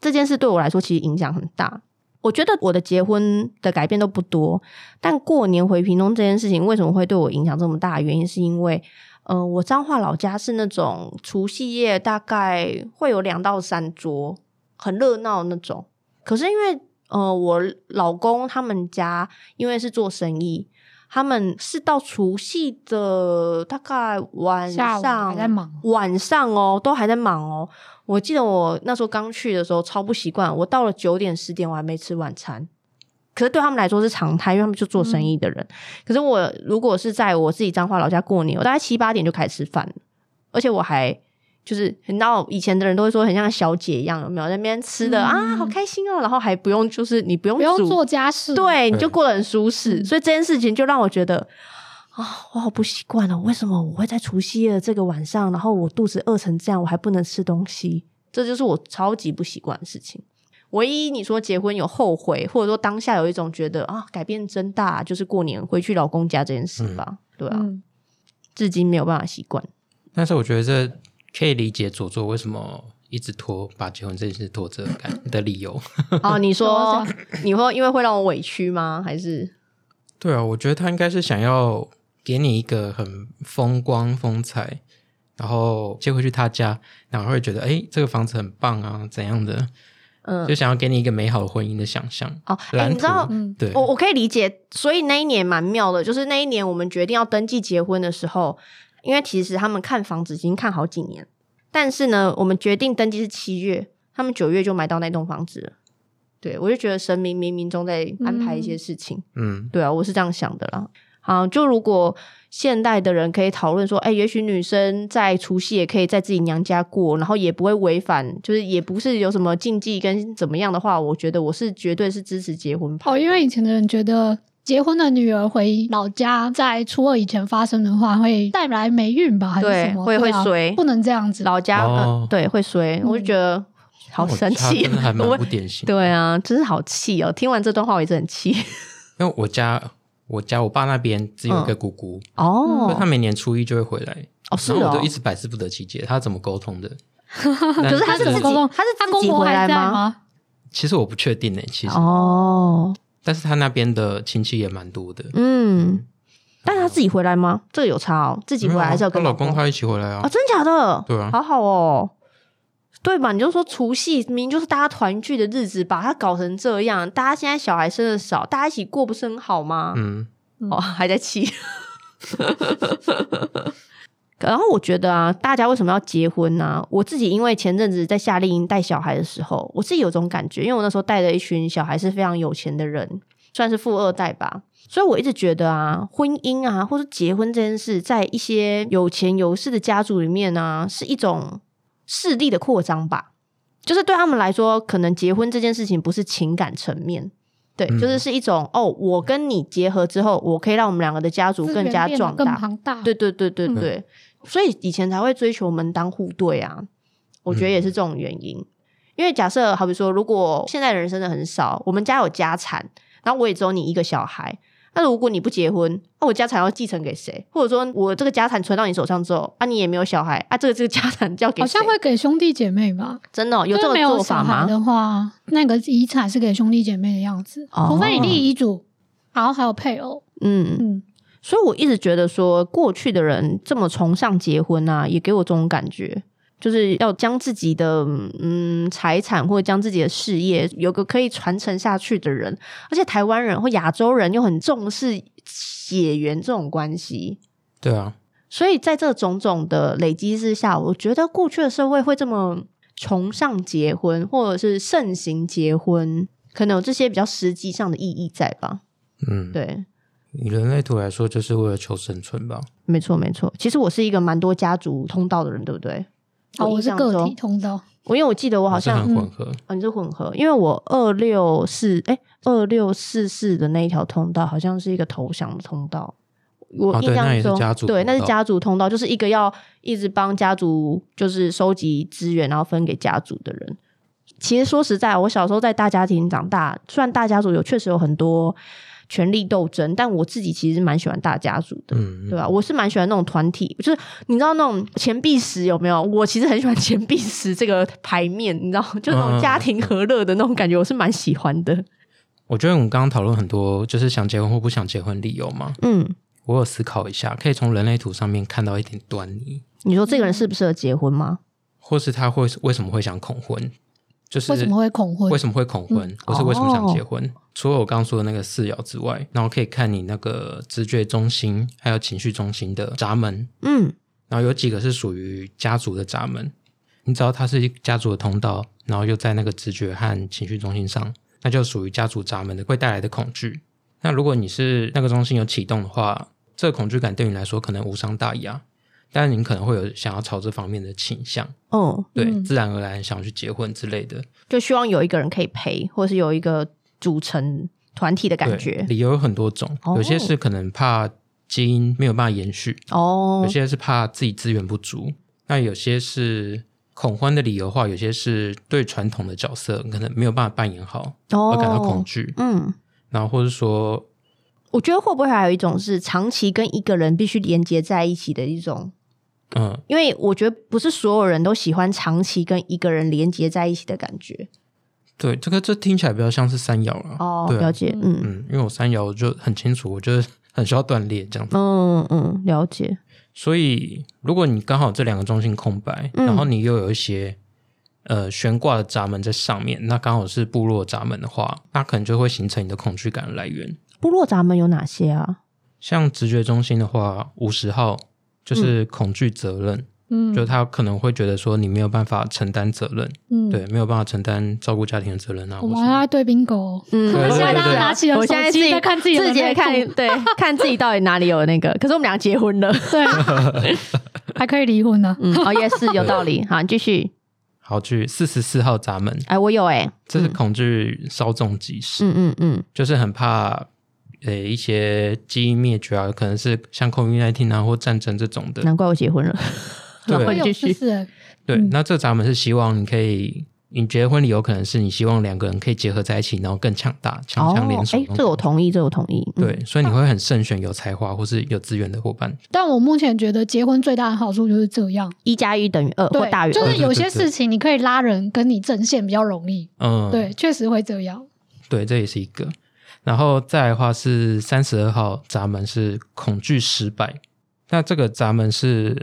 这件事对我来说其实影响很大。我觉得我的结婚的改变都不多，但过年回屏东这件事情为什么会对我影响这么大？原因是因为，呃，我彰化老家是那种除夕夜大概会有两到三桌，很热闹那种。可是因为呃，我老公他们家因为是做生意，他们是到除夕的大概晚下午上还在忙，晚上哦，都还在忙哦。我记得我那时候刚去的时候超不习惯，我到了九点十点我还没吃晚餐。可是对他们来说是常态，因为他们就做生意的嗯人。可是我如果是在我自己彰化老家过年，我大概七八点就开始吃饭了，而且我还就是你知道以前的人都会说很像小姐一样，有没有在那边吃的、嗯啊，好开心哦，然后还不用就是你不用不用煮做家事，，对，你啊对就过得很舒适。嗯所以这件事情就让我觉得啊、我好不习惯哦，为什么我会在除夕夜的这个晚上，然后我肚子饿成这样，我还不能吃东西？这就是我超级不习惯的事情。唯一你说结婚有后悔，或者说当下有一种觉得啊改变真大，就是过年回去老公家这件事吧。对啊，嗯，至今没有办法习惯。但是我觉得这可以理解左左为什么一直拖把结婚这件事拖着的感的理由。哦，你说我你会因为会让我委屈吗？还是对啊，我觉得他应该是想要给你一个很风光风采，然后接回去他家，然后会觉得哎、诶这个房子很棒啊，怎样的，嗯就想要给你一个美好的婚姻的想象。哦，哎、蓝你知道图嗯对，我我可以理解，所以那一年蛮妙的，就是那一年我们决定要登记结婚的时候，因为其实他们看房子已经看好几年，但是呢，我们决定登记是七月，他们九月就买到那栋房子了。对我就觉得神明冥冥中在安排一些事情，嗯，对啊，我是这样想的啦。好，就如果现代的人可以讨论说，哎、也许女生在除夕也可以在自己娘家过，然后也不会违反，就是也不是有什么禁忌跟怎么样的话，我觉得我是绝对是支持结婚派哦，因为以前的人觉得结婚的女儿回老家，在初二以前发生的话，会带来霉运吧，还是对什么？会对啊会衰不嗯能这样子。老家、哦呃对会衰，我就觉得好我生家气啊真的 还，蛮我不典型。对啊，真是好气哦！听完这段话，我也是很 气因为我家我家我爸那边只有一个姑姑，所以哦他每年初一就会回来，哦是然后我哦 就一，直百思不得其解，他怎么沟通的？可是他那是自己，个公公他是他自公己婆回还来在吗？吗？其实我不确定诶、欸其实，哦，但是他那边的亲戚也蛮多的。嗯，但他自己回来吗？这个有差哦，自己回来还是要没有啊她跟老公啊、他一起回来啊哦？真的假的？对啊好好哦。对嘛？你就说除夕明明就是大家团聚的日子，把它搞成这样，大家现在小孩生的少，大家一起过不是很好吗？嗯，哦，还在气。然后我觉得啊，大家为什么要结婚呢、我自己因为前阵子在夏令营带小孩的时候，我自己有种感觉，因为我那时候带了一群小孩是非常有钱的人，算是富二代吧。所以我一直觉得啊，婚姻啊，或是结婚这件事，在一些有钱有势的家族里面呢、是一种势力的扩张吧。就是对他们来说，可能结婚这件事情不是情感层面，对，嗯就是是一种哦，我跟你结合之后，我可以让我们两个的家族资更源加变得壮更大，庞大。对对对对嗯对，所以以前才会追求门当户对啊，我觉得嗯也是这种原因。因为假设好比说，如果现在人生的很少，我们家有家产，然后我也只有你一个小孩，那如果你不结婚，那我家产要继承给谁？或者说我这个家产存到你手上之后，啊，你也没有小孩，啊，这个这个家产交给好谁？像会给兄弟姐妹吧？真的哦、有这就是种没有做小法孩吗？的话，那个遗产是给兄弟姐妹的样子，哦除非你立遗嘱，然后还有配偶。嗯，嗯，所以我一直觉得说，过去的人这么崇尚结婚啊，也给我这种感觉，就是要将自己的嗯财产或者将自己的事业有个可以传承下去的人，而且台湾人或亚洲人又很重视血缘这种关系。对啊，所以在这种种的累积之下，我觉得过去的社会会这么崇尚结婚，或者是盛行结婚，可能有这些比较实际上的意义在吧？嗯，对，以人类图来说，就是为了求生存吧。没错，没错。其实我是一个蛮多家族通道的人，对不对？哦，我印是象个体中通道，我因为我记得我好是像、很混合，哦、你是混合，因为我二六四哎二六四四的那一条通道好像是一个投降的通道。我哦对印那也是象中，家族对，通道那是家族通道，就是一个要一直帮家族就是收集资源，然后分给家族的人。其实说实在，我小时候在大家庭长大，虽然大家族有确实有很多权力斗争，但我自己其实蛮喜欢大家族的。嗯，对吧？我是蛮喜欢那种团体，就是你知道那种钱币石有没有？我其实很喜欢钱币石这个牌面，你知道，就那嗯种家庭和乐的那种感觉，我是蛮喜欢的。我觉得我们刚刚讨论很多，就是想结婚或不想结婚理由嘛。嗯，我有思考一下，可以从人类图上面看到一点端倪，你说这个人适不适合结婚吗？或是他会为什么会想恐婚，就是为什么会恐婚为？什么会恐婚，或是为什么想结婚。除了我刚刚说的那个四爻之外，然后可以看你那个直觉中心还有情绪中心的闸门，嗯，然后有几个是属于家族的闸门，你只要它是家族的通道，然后又在那个直觉和情绪中心上，那就属于家族闸门的会带来的恐惧。那如果你是那个中心有启动的话，这个恐惧感对你来说可能无伤大雅，但是你可能会有想要朝这方面的倾向，哦，对，嗯自然而然想要去结婚之类的就希望有一个人可以陪，或是有一个组成团体的感对觉。理由有很多种，哦有些是可能怕基因没有办法延续，哦有，些是怕自己资源不足，那有些是恐婚的理由的话，有些是对传统的角色可能没有办法扮演好而感到恐哦，惧，嗯，然后或是说，我觉得会不会还有一种是长期跟一个人必须连接在一起的一种嗯，因为我觉得不是所有人都喜欢长期跟一个人连接在一起的感觉。对，这个这听起来比较像是三爻了，哦，对啊了解，嗯嗯，因为我三爻我就很清楚，我就是很需要锻炼这样子，嗯嗯，了解，所以如果你刚好这两个中心空白，嗯然后你又有一些。呃，悬挂的闸门在上面，那刚好是部落闸门的话，那可能就会形成你的恐惧感的来源。部落闸门有哪些啊？像直觉中心的话，五十号就是恐惧责任，嗯就他可能会觉得说你没有办法承担责任，嗯，对，没有办法承担照顾家庭的责任啊。或我们是还在对宾狗，嗯对对对现在大家拿起了我现在手机自己在看自己的自己在内看裤，对，看自己到底哪里有那个。可是我们俩结婚了，对，还可以离婚呢。嗯，哦，也是有道理。好，你继续。好，去四十四号闸门，哎，我有哎，这是嗯恐惧稍纵即逝，嗯嗯嗯，就是很怕呃一些基因灭绝啊，可能是像 COVID-19 啊或战争这种的。 难怪我结婚了。 对然后我你有继就续，是对，那这个闸门是希望你可以你觉得婚礼有可能是你希望两个人可以结合在一起，然后更强大、强哦强联，手哎那种。，这个我同意，这个我同意。嗯对，，所以你会很慎选有才华或是有资源的伙伴。但我目前觉得结婚最大的好处就是这样，一加一等于二或对，大于就二对是对有对些对事情你可以拉人跟你阵线比较容易，嗯，对，确实会这样。对，这也是一个。然后再来的话是三十二号闸门是恐惧失败，那这个闸门是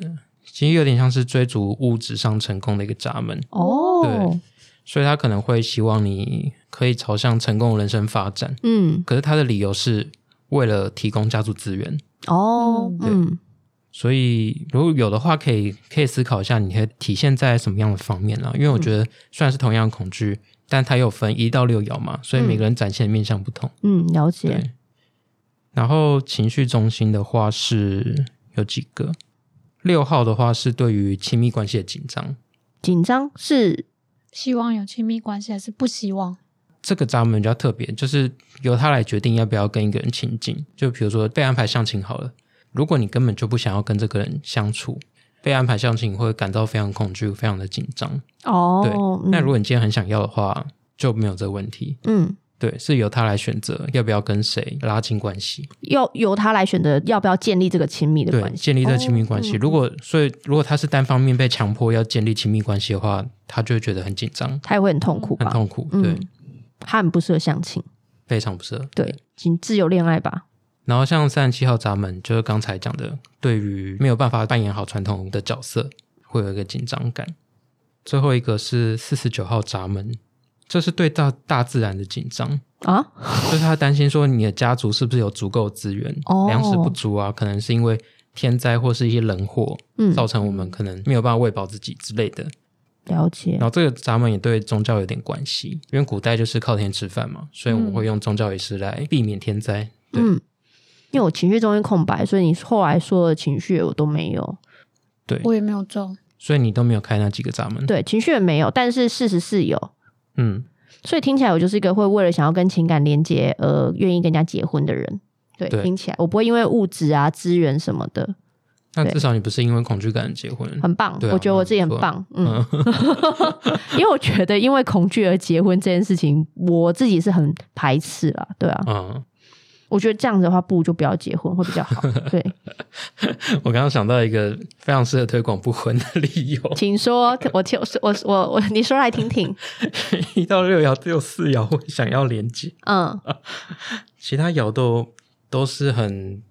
其实有点像是追逐物质上成功的一个闸门，哦对，所以他可能会希望你可以朝向成功的人生发展，嗯，可是他的理由是为了提供家族资源，哦，对嗯，所以如果有的话，可以可以思考一下，你可以体现在什么样的方面啦、因为我觉得虽然是同样的恐惧，但它有分一到六爻嘛，所以每个人展现的面向不同。嗯，了解。对，然后情绪中心的话是有几个，六号的话是对于亲密关系的紧张，紧张是希望有亲密关系还是不希望？这个闸门比较特别，就是由他来决定要不要跟一个人亲近。就比如说被安排相亲好了，如果你根本就不想要跟这个人相处，被安排相亲你会感到非常恐惧，非常的紧张。对哦，嗯那如果你今天很想要的话，就没有这个问题。嗯，对，是由他来选择要不要跟谁拉近关系，要由他来选择要不要建立这个亲密的对，关系。建立在亲密关系。哦嗯如果所以，如果他是单方面被强迫要建立亲密关系的话，他就会觉得很紧张、他也会很痛苦很吧？痛苦，嗯对，他很不适合相亲，非常不适合。对，请自由恋爱吧。然后像三十七号闸门，就是刚才讲的，对于没有办法扮演好传统的角色，会有一个紧张感。最后一个是四十九号闸门，这是对大大自然的紧张，啊，就是他担心说你的家族是不是有足够资源，哦粮食不足啊，可能是因为天灾或是一些人祸，嗯，造成我们可能没有办法喂饱自己之类的。了解然。后这个闸门也对宗教有点关系，因为古代就是靠天吃饭嘛，所以我们会用宗教仪式来避免天灾。对嗯，因为我情绪中间空白，所以你后来说的情绪我都没有，对，我也没有中，所以你都没有开那几个闸门。对，情绪也没有，但是事实是有。嗯，所以听起来我就是一个会为了想要跟情感连接而愿意跟人家结婚的人。对，对听起来我不会因为物质啊、资源什么的，那对至少你不是因为恐惧感结婚。很棒。对啊我觉得我自己很那不错棒，嗯，因为我觉得因为恐惧而结婚这件事情，我自己是很排斥啦。对啊，嗯，我觉得这样子的话，不如就不要结婚会比较好。对，，我刚刚想到一个非常适合推广不婚的理由 请说，我听我我我，你说来听听。一到六爻只有四爻会想要连接，嗯，其他爻都都是很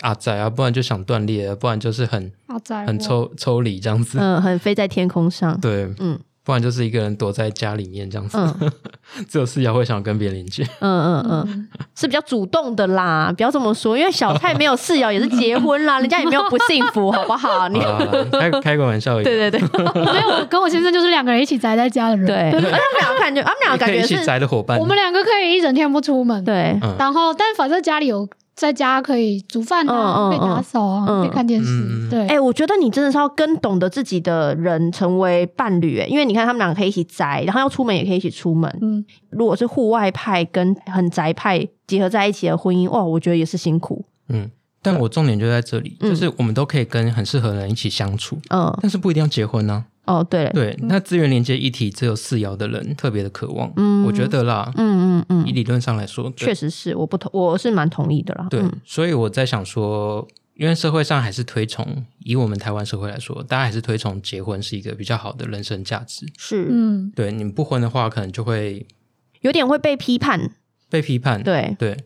阿宅啊，不然就想断裂，不然就是很好在很我抽抽离这样子。嗯，很飞在天空上。对，嗯不然就是一个人躲在家里面这样子。嗯 只有四爻会想跟别人连接。嗯嗯嗯，嗯，是比较主动的啦，不要这么说，因为小蔡没有室友也是结婚啦，人家也没有不幸福，好不好？你好啦好 啦开开个玩笑而已，对对对对，没有，我跟我先生就是两个人一起宅在家的人，而且他们俩感觉，他们俩你可感以觉一起是宅的伙伴。我们两个可以一整天不出门，对，嗯然后但反正家里有在家可以煮饭啊，嗯嗯可以打扫啊，嗯可以看电嗯视，对哎、，我觉得你真的是要跟懂得自己的人成为伴侣、哎，因为你看他们两个可以一起宅，然后要出门也可以一起出门。嗯，如果是户外派跟很宅派结合在一起的婚姻，哇，我觉得也是辛苦。嗯，但我重点就在这里，嗯就是我们都可以跟很适合的人一起相处，嗯，但是不一定要结婚啊呢、哦，对了，对，那资源连接议题只有四爻的人特别的渴望，嗯我觉得啦，嗯嗯以嗯，理论上来说，对确实是，我不同，我是蛮同意的啦。对，嗯所以我在想说，因为社会上还是推崇，以我们台湾社会来说，大家还是推崇结婚是一个比较好的人生价值。是、嗯，对，你不婚的话，可能就会有点会被批判。被批判。对，对，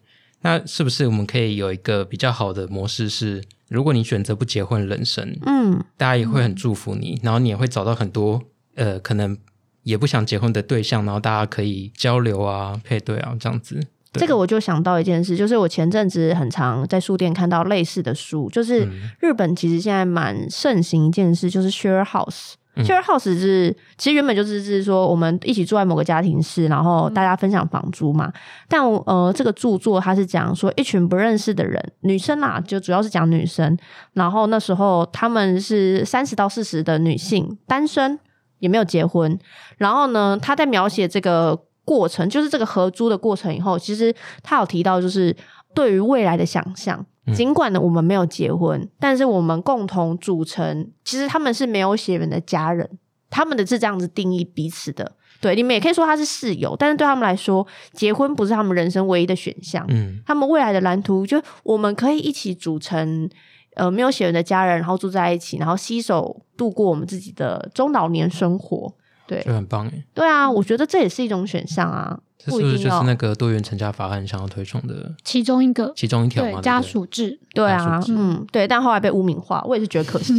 那是不是我们可以有一个比较好的模式是，如果你选择不结婚的人生，嗯，大家也会很祝福你，然后你也会找到很多呃，可能也不想结婚的对象，然后大家可以交流啊、配对啊这样子。对这个我就想到一件事，就是我前阵子很常在书店看到类似的书，就是日本其实现在蛮盛行一件事，就是 share house。share house 是其实原本就是是说我们一起住在某个家庭室，然后大家分享房租嘛。但我呃，这个著作它是讲说一群不认识的人，女生啦，就主要是讲女生。然后那时候他们是三十到四十的女性，单身也没有结婚。然后呢，他在描写这个过程，就是这个合租的过程以后，其实他有提到就是对于未来的想象。尽管呢，我们没有结婚，但是我们共同组成，其实他们是没有血缘的家人，他们的是这样子定义彼此的。对，你们也可以说他是室友，但是对他们来说，结婚不是他们人生唯一的选项。嗯，他们未来的蓝图，就我们可以一起组成呃没有血缘的家人，然后住在一起，然后携手度过我们自己的中老年生活。对就很棒哎。对啊，我觉得这也是一种选项啊，这不是不一是定就要是那个多元成家法案想要推崇的其中一个其中一条嘛？对对家不对，属制，对啊大数，据嗯，对，但后来被污名化，我也是觉得可惜。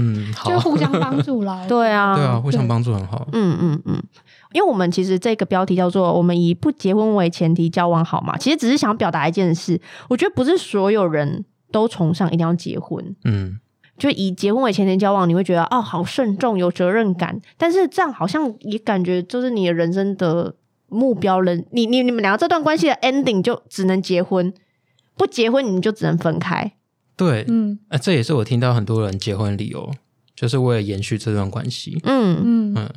嗯，好就啊，是互相帮助啦。 对啊，对啊，互相对帮助很好。嗯嗯嗯，因为我们其实这个标题叫做“我们以不结婚为前提交往好吗”，其实只是想表达一件事，我觉得不是所有人都崇尚一定要结婚，嗯，就以结婚为前提交往，你会觉得哦好慎重，有责任感，但是这样好像也感觉就是你的人生的目标人，你你你们两个这段关系的 ending 就只能结婚，不结婚你们就只能分开。对，嗯啊，这也是我听到很多人结婚理由，就是为了延续这段关系。嗯嗯，嗯，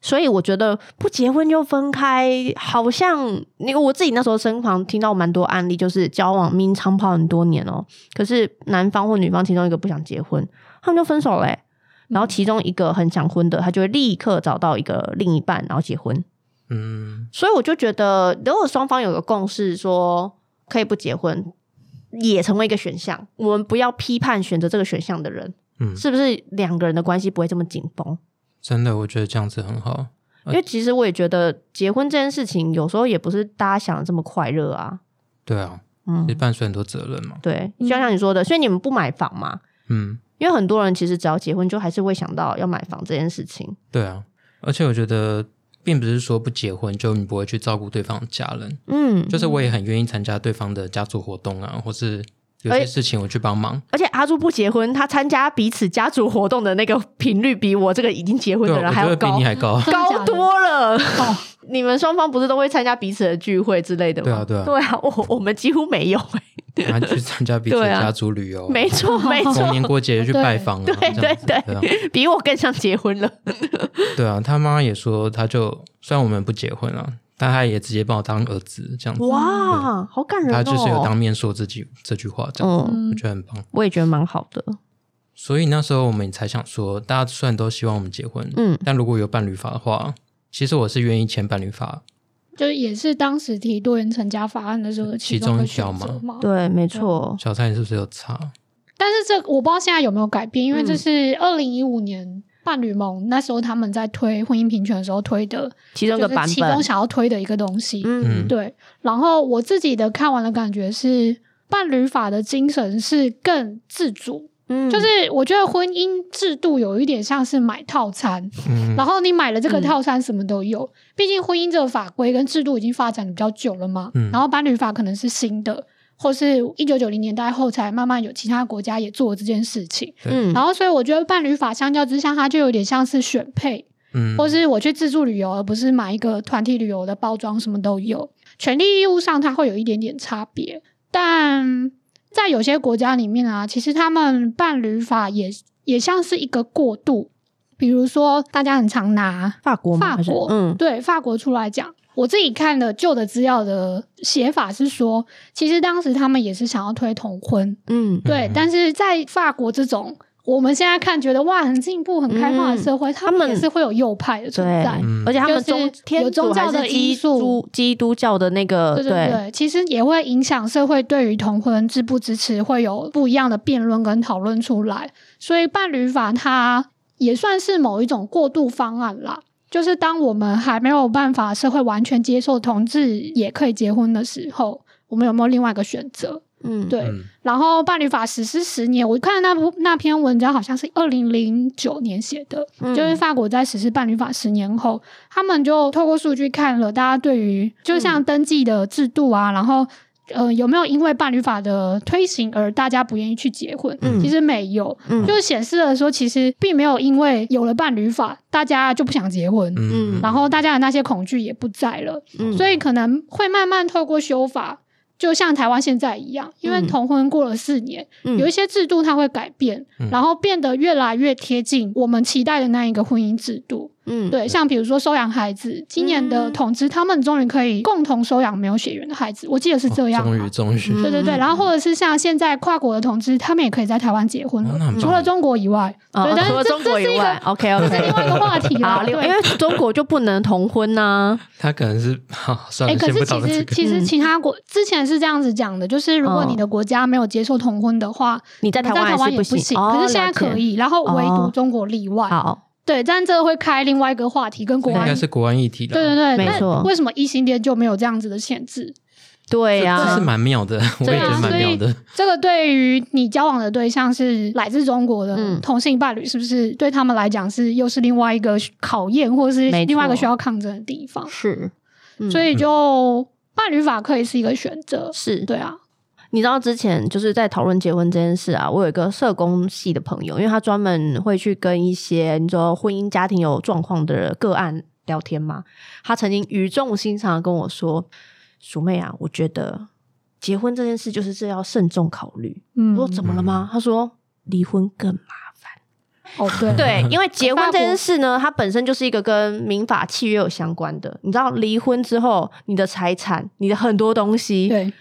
所以我觉得不结婚就分开，好像你我自己那时候身旁听到蛮多案例，就是交往明长跑很多年哦、可是男方或女方其中一个不想结婚，他们就分手嘞、欸然后其中一个很想婚的，他就会立刻找到一个另一半，然后结婚。嗯，所以我就觉得，如果双方有个共识说可以不结婚，也成为一个选项，我们不要批判选择这个选项的人，嗯是不是两个人的关系不会这么紧绷？真的，我觉得这样子很好。因为其实我也觉得结婚这件事情，有时候也不是大家想的这么快乐啊。对啊，嗯也，伴随很多责任嘛。对，就像你说的，所以你们不买房嘛？嗯，因为很多人其实只要结婚，就还是会想到要买房这件事情。对啊，而且我觉得。并不是说不结婚就你不会去照顾对方的家人，嗯，就是我也很愿意参加对方的家族活动啊，或是有哎些事情我去帮忙。而且阿朱不结婚，他参加彼此家族活动的那个频率，比我这个已经结婚对，啊的我人还觉要得比高你。还 高。真的假高的多了，哦，你们双方不是都会参加彼此的聚会之类的吗？对啊对哦对啊，我我们几乎没有、欸，然后去参加彼此 对啊家族旅游，没错没逢错，年过节去拜访啊， 对这样子对对啊，比我更像结婚了。对啊，他妈也说，他就虽然我们不结婚啊，但他也直接把我当儿子这样子，哇，好感人嗯哦！他就是有当面说自己这句话，这样、嗯，我嗯，觉得很棒。我也觉得蛮好的。所以那时候我们才想说，大家虽然都希望我们结婚，嗯但如果有伴侣法的话，其实我是愿意签伴侣法。就也是当时提多元成家法案的时候的其中中一个选条嘛择嘛。对，没错。小蔡你是不是有差？但是这我不知道现在有没有改变，因为这嗯是二零一五年伴侣盟那时候他们在推婚姻平权的时候推的，其中一个就是版其本中，想要推的一个东西。嗯嗯对，然后我自己的看完的感觉是，伴侣法的精神是更自主，嗯，就是我觉得婚姻制度有一点像是买套餐，嗯 然后你买了这个嗯套餐什么都有。毕竟婚姻这个法规跟制度已经发展的比较久了嘛，嗯然后伴侣法可能是新的，或是一九九零年代后才慢慢有其他国家也做这件事情。嗯然后，所以我觉得伴侣法相较之下，它就有点像是选配，嗯，或是我去自助旅游，而不是买一个团体旅游的包装，什么都有。权利义务上它会有一点点差别，但在有些国家里面啊，其实他们伴侣法也也像是一个过渡，比如说大家很常拿法国吗？法还是国，嗯对法国出来讲，我自己看的旧的资料的写法是说，其实当时他们也是想要推同婚，嗯对，嗯但是在法国这种。我们现在看觉得哇，很进步、很开放的社会，他他们们也是会有右派的存对在。嗯，而且他们宗就是有天主宗教还的是基因素督基督教的那个对对对，其实也会影响社会对于同婚支不支持会有不一样的辩论跟讨论出来，所以伴侣法它也算是某一种过渡方案啦。就是当我们还没有办法社会完全接受同志也可以结婚的时候，我们有没有另外一个选择？嗯对，嗯然后伴侣法实施十年，我看那部那篇文章好像是二零零九年写的，嗯就是法国在实施伴侣法十年后，他们就透过数据看了大家对于就嗯像登记的制度啊，然后呃有没有因为伴侣法的推行而大家不愿意去结婚，嗯其实没有，嗯就显示了说其实并没有因为有了伴侣法大家就不想结婚，嗯，然后大家的那些恐惧也不在了。嗯所以可能会慢慢透过修法，就像台湾现在一样，因为嗯同婚过了四年，嗯有一些制度它会改变，嗯然后变得越来越贴近我们期待的那一个婚姻制度。嗯，对，像比如说收养孩子，今年的嗯统治他们终于可以共同收养没有血缘的孩子，我记得是这样、哦啊终于终于，对对对，嗯然后或者是像现在跨国的同志，他们也可以在台湾结婚哦那了很，棒除了中国以 外，哦对，但是除了这中国这是以一个外，OK 这是另 OK。外一个话题好，啦。另对，因为中国就不能同婚啊呐、他可能是好算哎，了，可先不是讨其论这实个。其实嗯其他国之前是这样子讲的，就是如果哦你的国家没有接受同婚的话，你在在台湾台还湾是也行。行。哦可是现在可。以，然后唯哦独中国例了解外。好，对，但这会开另外一个话题，跟国应安该。是国安议题了，对啊对对，没那错为什么异性恋就没有这样子的限制？对啊这呀、这是蛮妙的，我啊也觉得蛮妙的。这个对于你交往的对象是来自中国嗯的同性伴侣，是不是对他们来讲是又是另外一个考验，或者是没错另外一个需要抗争的地方？是，嗯所以就伴侣法可以是一个选择，是对啊，你知道之前就是在讨论结婚这件事啊，我有一个社工系的朋友，因为他专门会去跟一些你说婚姻家庭有状况的个案聊天嘛，他曾经语重心长的跟我说：“鼠妹啊，我觉得结婚这件事就是这要慎重考虑。”嗯我，说：“怎么了吗？”他说：“离婚更麻烦。”哦对对，因为结婚法这国件事呢，它本身就是一个跟民法契约有相关的。你知道，离婚之后，你的财产、你的很多东西，，对，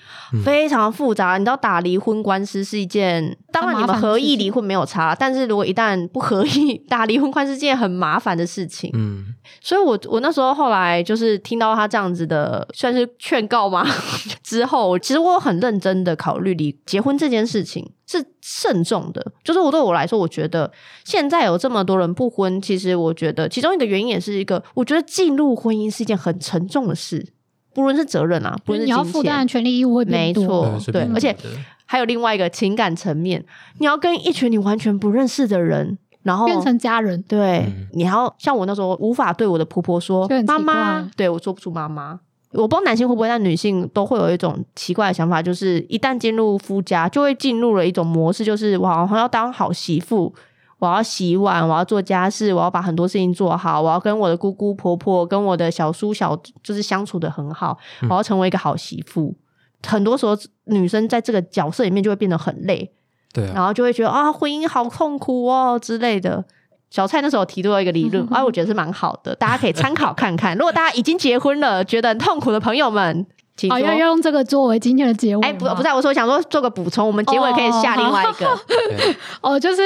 非常复杂。你知道，打离婚官司是一件，当然很麻你们烦的合事意情离婚没有差，但是如果一旦不合意， 打离婚官司是件很麻烦的事情。嗯，所以我我那时候后来就是听到他这样子的，算是劝告嘛。 之后，我其实我很认真的考虑离结婚这件事情是慎重的。就是我对我来说，我觉得现在有这么多人不婚，其实我觉得其中一个原因也是一个，我觉得进入婚姻是一件很沉重的事，不论是责任啊，不论就是是你要金负钱担的权利义务会变没多，错是对比较而且多的还有另外一个情感层面，你要跟一群你完全不认识的人，然后变成家人，对，嗯你还要像我那时候无法对我的婆婆说就很奇妈怪妈，对我说不出妈妈。我不知道男性会不会，但女性都会有一种奇怪的想法，就是一旦进入夫家，就会进入了一种模式，就是我好像要当好媳妇，我要洗碗，我要做家事，我要把很多事情做好，我要跟我的姑姑婆婆、跟我的小叔小就是相处的很好，嗯我要成为一个好媳妇。很多时候，女生在这个角色里面就会变得很累，对啊，然后就会觉得啊，婚姻好痛苦哦之类的。小蔡那时候提到一个理 论，哎、我觉得是蛮好的，大家可以参考看看。如果大家已经结婚了，觉得很痛苦的朋友们，请好说。哦要要用这个作为今天的结尾吗，哎、不不是，我说我想说做个补充，我们结尾可以下另外一 个。对哦，就是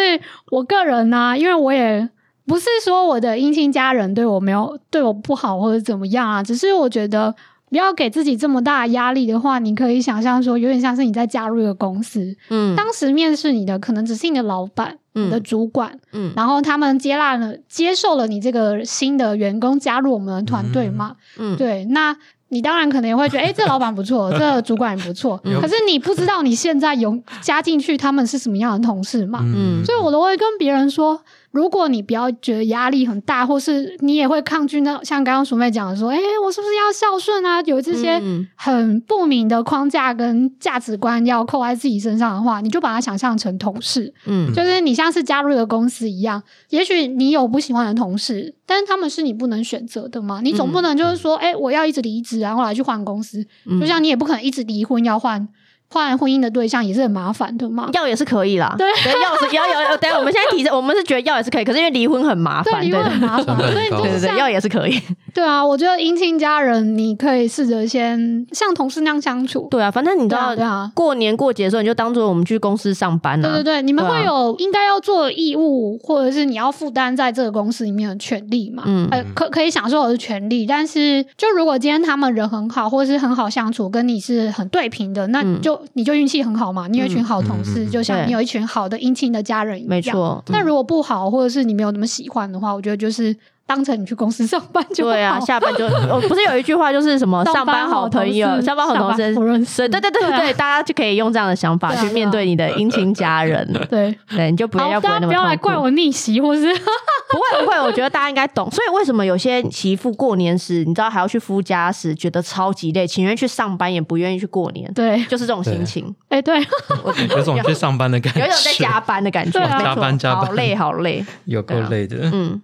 我个人呢、因为我也不是说我的姻亲家人对我没有对我不好或者怎么样啊，只是我觉得不要给自己这么大的压力的话，你可以想象说，有点像是你在加入一个公司，嗯当时面试你的可能只是你的老板、你的嗯主管，嗯然后他们接纳了、接受了你这个新的员工加入我们的团队嘛，嗯，对，那你当然可能也会觉得，哎、这老板不错，这个主管也不错，嗯可是你不知道你现在有加进去他们是什么样的同事嘛？嗯，所以我都会跟别人说，如果你不要觉得压力很大，或是你也会抗拒那像刚刚鼠妹讲的说，哎、我是不是要孝顺啊？有这些嗯很不明的框架跟价值观要扣在自己身上的话，你就把它想象成同事，嗯就是你像是加入一个公司一样，也许你有不喜欢的同事，但是他们是你不能选择的嘛。你总不能就是说，哎、我要一直离职，然后来去换公司，嗯就像你也不可能一直离婚要换换婚姻的对象，也是很麻烦的嘛。药也是可以啦。对药是药有，等一下我们现在提，我们是觉得药也是可以，可是因为离婚很麻对，烦，离对婚的很麻烦，成本所以很高对就对是对，像药也是可以。对啊，我觉得姻亲家人，你可以试着先像同事那样相处。对啊，反正你知对道啊，，对啊，过年过节的时候，你就当做我们去公司上班对啊对。对，你们对啊会有应该要做的义务，或者是你要负担在这个公司里面的权利嘛？嗯呃，可可以享受的权利，但是就如果今天他们人很好，或是很好相处，跟你是很对平的，那嗯你就、你就运气很好嘛，你有一群好同事，嗯嗯嗯就像对你有一群好的姻亲的家人一样。没。错，嗯但如果不好，或者是你没有那么喜欢的话，我觉得就是当成你去公司上班 就好。对啊，下班就哦，不是有一句话就是 什么哦上班好朋友，上上班班好好同同事事上班不认识对对对对，对啊对大家就可以用这样的想法对啊去面对你的殷勤家 人，对，对，你就不好，要不大会家那么不要来痛怪苦我逆袭，或是，不会不会，我觉得大家应该懂。所以为什么有些媳妇过年时，你知道还要去夫家时，觉得超级累，情愿去上班也不愿意去过年对，就是这种心情，哎、对，我啊有种去上班的感觉，有一种在加班的感觉，对啊没错加班加班好累好累。有够累的。嗯，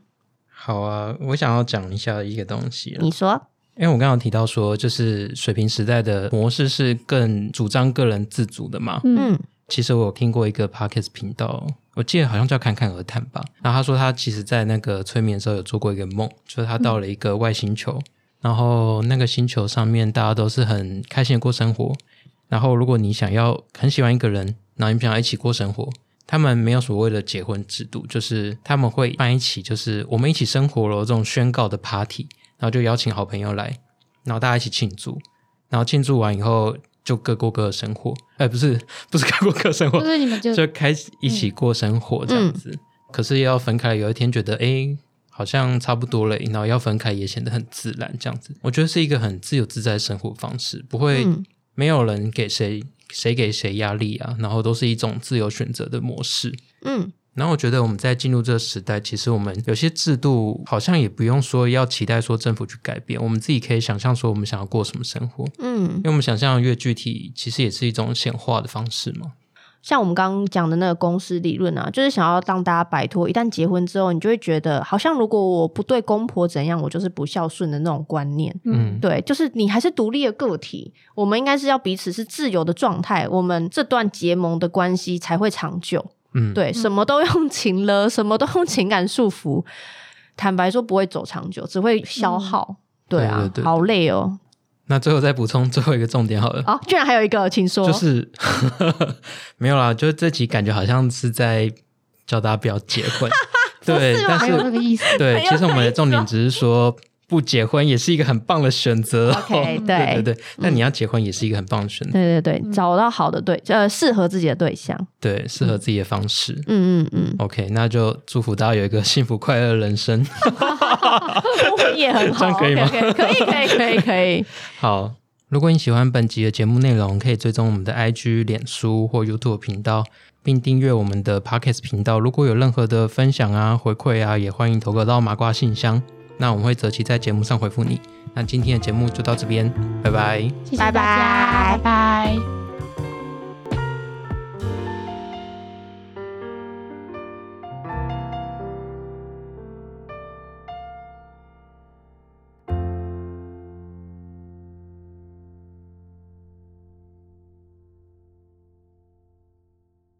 好啊，我想要讲一下一个东西啊，嗯你说，因为我刚刚有提到说，就是水平时代的模式是更主张个人自主的嘛。嗯，嗯其实我有听过一个 podcast 频道，我记得好像叫侃侃而谈吧。然后他说他其实在那个催眠的时候有做过一个梦，就是他到了一个外星球，然后那个星球上面大家都是很开心的过生活。然后如果你想要很喜欢一个人，然后你们想要一起过生活，他们没有所谓的结婚制度，就是他们会办一起就是我们一起生活了这种宣告的 party，然后就邀请好朋友来，然后大家一起庆祝。然后庆祝完以后就各过各的生活，哎、不是 不是各过各的生活就，是你 们就就开始一起过生活这样子。可是要分开，有一天觉得哎、诶好像差不多了，然后要分开也显得很自然这样子。我觉得是一个很自由自在的生活方式，不会嗯没有人给谁谁给谁压力啊，然后都是一种自由选择的模式。嗯，然后我觉得我们在进入这个时代，其实我们有些制度好像也不用说要期待说政府去改变，我们自己可以想象说我们想要过什么生活，嗯因，为我们想象越具体，其实也是一种显化的方式嘛。像我们刚刚讲的那个公司理论啊，就是想要让大家摆脱一旦结婚之后，你就会觉得好像如果我不对公婆怎样，我就是不孝顺的那种观念。嗯，对，就是你还是独立的个体，我们应该是要彼此是自由的状态，我们这段结盟的关系才会长久。嗯，对，什么都用情了，什么都用情感束缚，坦白说不会走长久，只会消耗。对啊，对对对好累哦。那最后再补充最 后一个重点好了，啊，居然还有一个，请说。就是 没有啦，就是这集感觉好像是在叫大家不要结 婚，对，但还有那是个意思。对，没有其实我们那的意思重点只是说不结婚也是一个很棒的选择哦、 OK，对对嗯对对，但你要结婚也是一个很棒的选择，对对对，找到好的对，呃，适合自己的对象。对，适合自己的方式。嗯嗯嗯 OK，那就祝福大家有一个幸福快乐的人生。我 也很好，这样可以吗 OK，OK，可以可以可以可以。好，如果你喜欢本集的节目内容，可以追踪我们的 IG、脸书或 YouTube 频道，并订阅我们的 Podcast 频道。如果有任何的分享啊、回馈啊，也欢迎投稿到麻瓜信箱，那我们会择期在节目上回复你。那今天的节目就到这边，拜拜。谢谢大家，拜拜拜拜